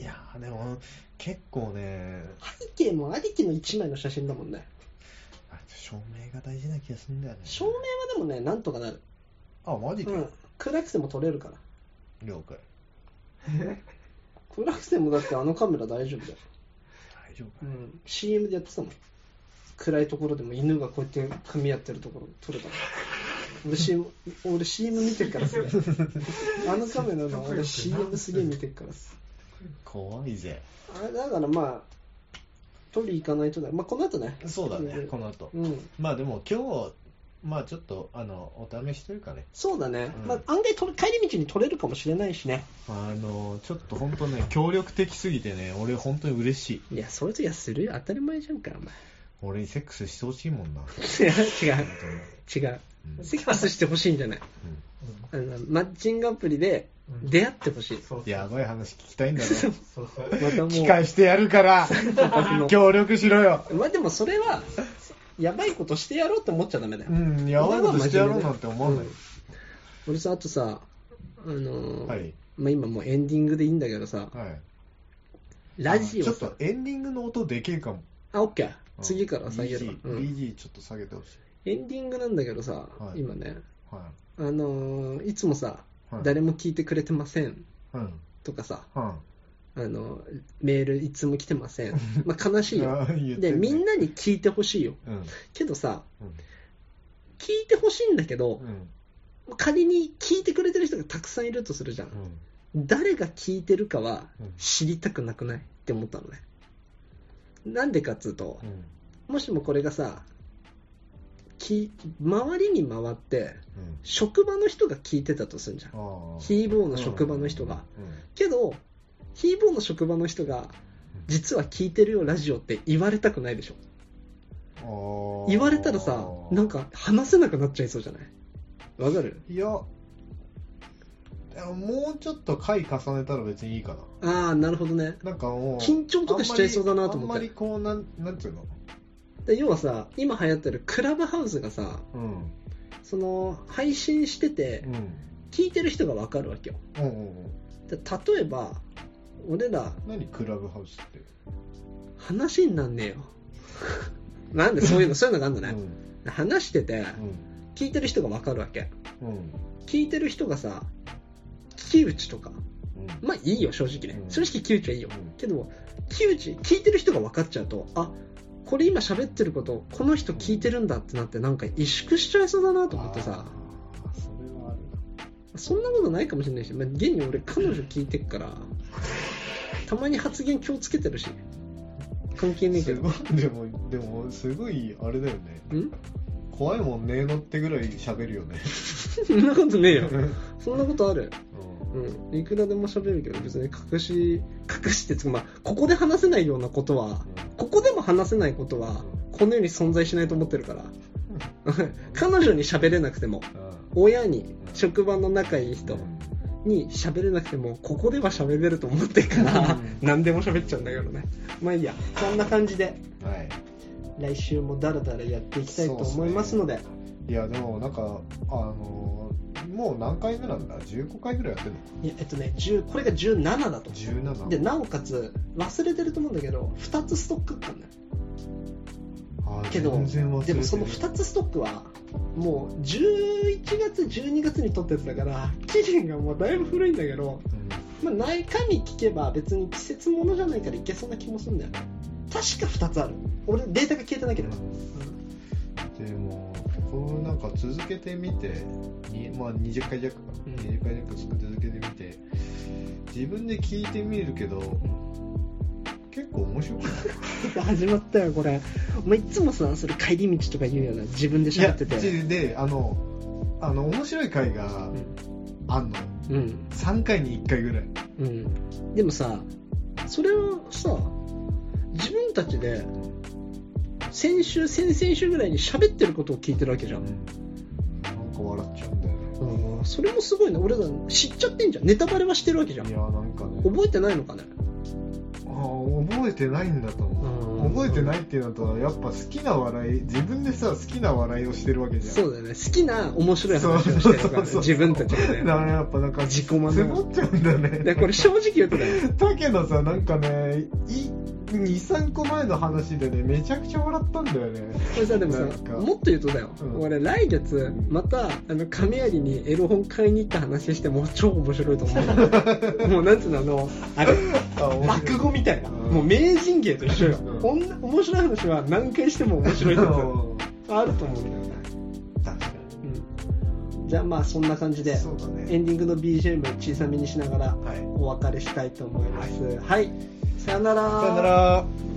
Speaker 3: いやー、でも、結構ね、
Speaker 1: 背景もありきの一枚の写真だもんね。
Speaker 3: あ照明が大事な気がするんだよね。
Speaker 1: 照明はでもね、なんとかなる。
Speaker 3: あ、マジか。
Speaker 1: うん。暗くても撮れるから。
Speaker 3: 了解。
Speaker 1: 暗くてもだってあのカメラ大丈夫だよ。
Speaker 3: 大丈夫
Speaker 1: う
Speaker 3: かな。
Speaker 1: ん、CM でやってたもん暗いところでも犬がこうやって噛み合ってるところ撮れたもん俺 CM, 俺 CM 見てるからすげえ あのカメラの俺 CM すげえ見てるからす
Speaker 3: 怖いぜ。
Speaker 1: あれだからまあ取り行かないとだまあこの後ね
Speaker 3: そうだね
Speaker 1: ん、
Speaker 3: この後。
Speaker 1: うん
Speaker 3: まあでも今日、まあちょっと、あの、お試しというかね、
Speaker 1: そうだね、
Speaker 3: うん
Speaker 1: まあ、案外取れ帰り道に取れるかもしれないしね
Speaker 3: あの、ちょっと本当ね、協力的すぎてね、俺本当に嬉しい。
Speaker 1: いやそういう時はするよ当たり前じゃんかお
Speaker 3: 俺にセックスしてほしいもんな。
Speaker 1: 前いや違う
Speaker 3: 本当に
Speaker 1: 違う
Speaker 3: うん
Speaker 1: セックスしてほしいんじゃないあのマッチングアプリで出会ってほしい、
Speaker 2: そうそう
Speaker 3: やばい話聞きたい んだろ。
Speaker 2: そうそう。
Speaker 1: またもう
Speaker 3: 機会してやるから、協力しろよ。
Speaker 1: まあでもそれはやばいことしてやろうって思っちゃダメだよ、
Speaker 3: うん、やばいことしてやろうなんて思わない。
Speaker 1: 俺さあとさあのー
Speaker 3: はい。
Speaker 1: まあ、今もうエンディングでいいんだけどさ
Speaker 3: はい。
Speaker 1: ラジオ
Speaker 3: ち
Speaker 1: さ
Speaker 3: ょっとエンディングの音でけえかも。
Speaker 1: あオッケー次から下げるわ
Speaker 3: BG、
Speaker 1: うん
Speaker 3: BG ちょっと下げてほしい。
Speaker 1: エンディングなんだけどさ、
Speaker 3: はい
Speaker 1: 今ね
Speaker 3: は
Speaker 1: あのーいつもさ、
Speaker 3: い。はい、
Speaker 1: 誰も聞いてくれてません
Speaker 3: うん。
Speaker 1: とかさ
Speaker 3: は
Speaker 1: あのーメールいつも来てません、まあ、悲しいよ
Speaker 3: あー言ってんね
Speaker 1: でみんなに聞いてほしいよ
Speaker 3: い。うん。
Speaker 1: けどさ
Speaker 3: うん
Speaker 1: 聞いてほしいんだけど
Speaker 3: う、ん。
Speaker 1: 仮に聞いてくれてる人がたくさんいるとするじゃん
Speaker 3: うん。
Speaker 1: 誰が聞いてるかは
Speaker 3: うん
Speaker 1: 知りたくなくないって思ったのねなんでかっつうと
Speaker 3: うん。
Speaker 1: もしもこれがさき周りに回って
Speaker 3: うん。
Speaker 1: 職場の人が聞いてたとするじゃん
Speaker 3: ああ。
Speaker 1: ヒーボーの職場の人が
Speaker 3: うん。
Speaker 1: けどヒーボーの職場の人が実は聞いてるよラジオって言われたくないでしょ言われたらさなんか話せなくなっちゃいそうじゃないわかる
Speaker 3: いやでももうちょっと回重ねたら別にいいかな
Speaker 1: ああなるほどね
Speaker 3: なんかもう
Speaker 1: 緊張とかしちゃいそうだなと思って
Speaker 3: あんまりあんまりこうなんなんていうの
Speaker 1: で要はさ今流行ってるクラブハウスがさ
Speaker 3: うん
Speaker 1: その配信してて
Speaker 3: うん
Speaker 1: 聞いてる人がわかるわけよ
Speaker 3: うんうんうん
Speaker 1: で例えば俺ら
Speaker 3: 何クラブハウスって、
Speaker 1: 話になんねえよ なんでそういうのそういうのがあるんだ
Speaker 3: う
Speaker 1: ね、
Speaker 3: ん
Speaker 1: 話してて
Speaker 3: うん
Speaker 1: 聞いてる人がわかるわけ
Speaker 3: うん
Speaker 1: 聞いてる人がさ木内とか
Speaker 3: うん
Speaker 1: まあいいよ正直ね
Speaker 3: うん
Speaker 1: 正直木内はいいよ
Speaker 3: うん
Speaker 1: けど木内聞いてる人が分かっちゃうとあこれ今喋ってることこの人聞いてるんだってなってなんか萎縮しちゃいそうだなと思ってさ
Speaker 3: あーそれはある
Speaker 1: そんなことないかもしれないし、まあ、現に俺彼女聞いてっからたまに発言気をつけてるし関係ねえけ
Speaker 3: す
Speaker 1: ど
Speaker 3: ごいでもでもすごいあれだよね
Speaker 1: ん
Speaker 3: 怖いもんねえのってぐらい喋るよ ね、
Speaker 1: そんなことねえよ
Speaker 3: うん
Speaker 1: そんなことあるうんいくらでも喋るけど別に隠し隠してつくまあここで話せないようなことはここでも話せないことはこの世に存在しないと思ってるから彼女に喋れなくても親に職場の仲いい人に喋れなくてもここでは喋れると思ってるから
Speaker 3: うん
Speaker 1: 何でも喋っちゃうんだけどねまあいいやそんな感じで
Speaker 3: はい
Speaker 1: 来週もダラダラやっていきたいと思いますので
Speaker 3: いやでもなんかあのーもう何回目なんだ15回ぐらいやってんの
Speaker 1: いやえっとね10これが17だと
Speaker 3: 17
Speaker 1: でなおかつ忘れてると思うんだけど2つストックあったんだよ
Speaker 3: あー
Speaker 1: けど
Speaker 3: 全然忘れて
Speaker 1: で
Speaker 3: る
Speaker 1: もその2つストックはもう11月12月に撮ったやつだから期限がもうだいぶ古いんだけど、
Speaker 3: うん
Speaker 1: まあ、中身聞けば別に季節ものじゃないからいけそうな気もするんだよね確か2つある俺データが消えてなければ、
Speaker 3: でもこうなんか続けてみて、にまあ、20回弱か、
Speaker 1: うん
Speaker 3: 20回弱続けてみて自分で聞いてみるけど結構面白くない
Speaker 1: 始まったよこれお前いつもさそれ帰り道とか言うよな自分で
Speaker 3: い
Speaker 1: 喋ってて
Speaker 3: でであのあの面白い回があんの
Speaker 1: うん
Speaker 3: 3回に1回ぐらい
Speaker 1: うんでもさそれはさ自分たちで先週先々週ぐらいに喋ってることを聞いてるわけじゃん
Speaker 3: なんか笑っちゃうんだよね
Speaker 1: うんそれもすごいね俺ら知っちゃってんじゃんネタバレはしてるわけじゃん
Speaker 3: いやなんかね
Speaker 1: 覚えてないのかね
Speaker 3: あー覚えてないんだと思
Speaker 1: う
Speaker 3: うん覚えてないっていうのとやっぱ好きな笑い自分でさ好きな笑いをしてるわけじゃん
Speaker 1: そうだよね好きな面白い話をしてるからね
Speaker 3: そうそうそうそう
Speaker 1: 自分たちが
Speaker 3: だ
Speaker 1: ね
Speaker 3: からやっぱなんか
Speaker 1: 自己満
Speaker 3: 積
Speaker 1: だ
Speaker 3: もっちゃうんだよね
Speaker 1: でこれ正直言うとね
Speaker 3: だけどさなんかね23個前の話でねめちゃくちゃ笑ったんだよね
Speaker 1: これさでもさ
Speaker 3: なんか
Speaker 1: もっと言うとだよ、
Speaker 3: うん
Speaker 1: 俺来月またあの亀有にエロ本買いに行った話してもう超面白いと思 うもうなんつうのあのあれ
Speaker 3: あ面白い
Speaker 1: 落語みたいな、
Speaker 3: うん
Speaker 1: もう名人芸と一緒よ、
Speaker 3: うん
Speaker 1: こんな面白い話は何回しても面白いや
Speaker 3: うん
Speaker 1: つあると思うんだよね、
Speaker 3: 確か
Speaker 1: うん、じゃあまあそんな感じで
Speaker 3: にそうだ
Speaker 1: エ
Speaker 3: ね
Speaker 1: ンディングの BGM 小さめにしながら
Speaker 3: はい
Speaker 1: お別れしたいと思います。はい、さよなら。
Speaker 3: さよなら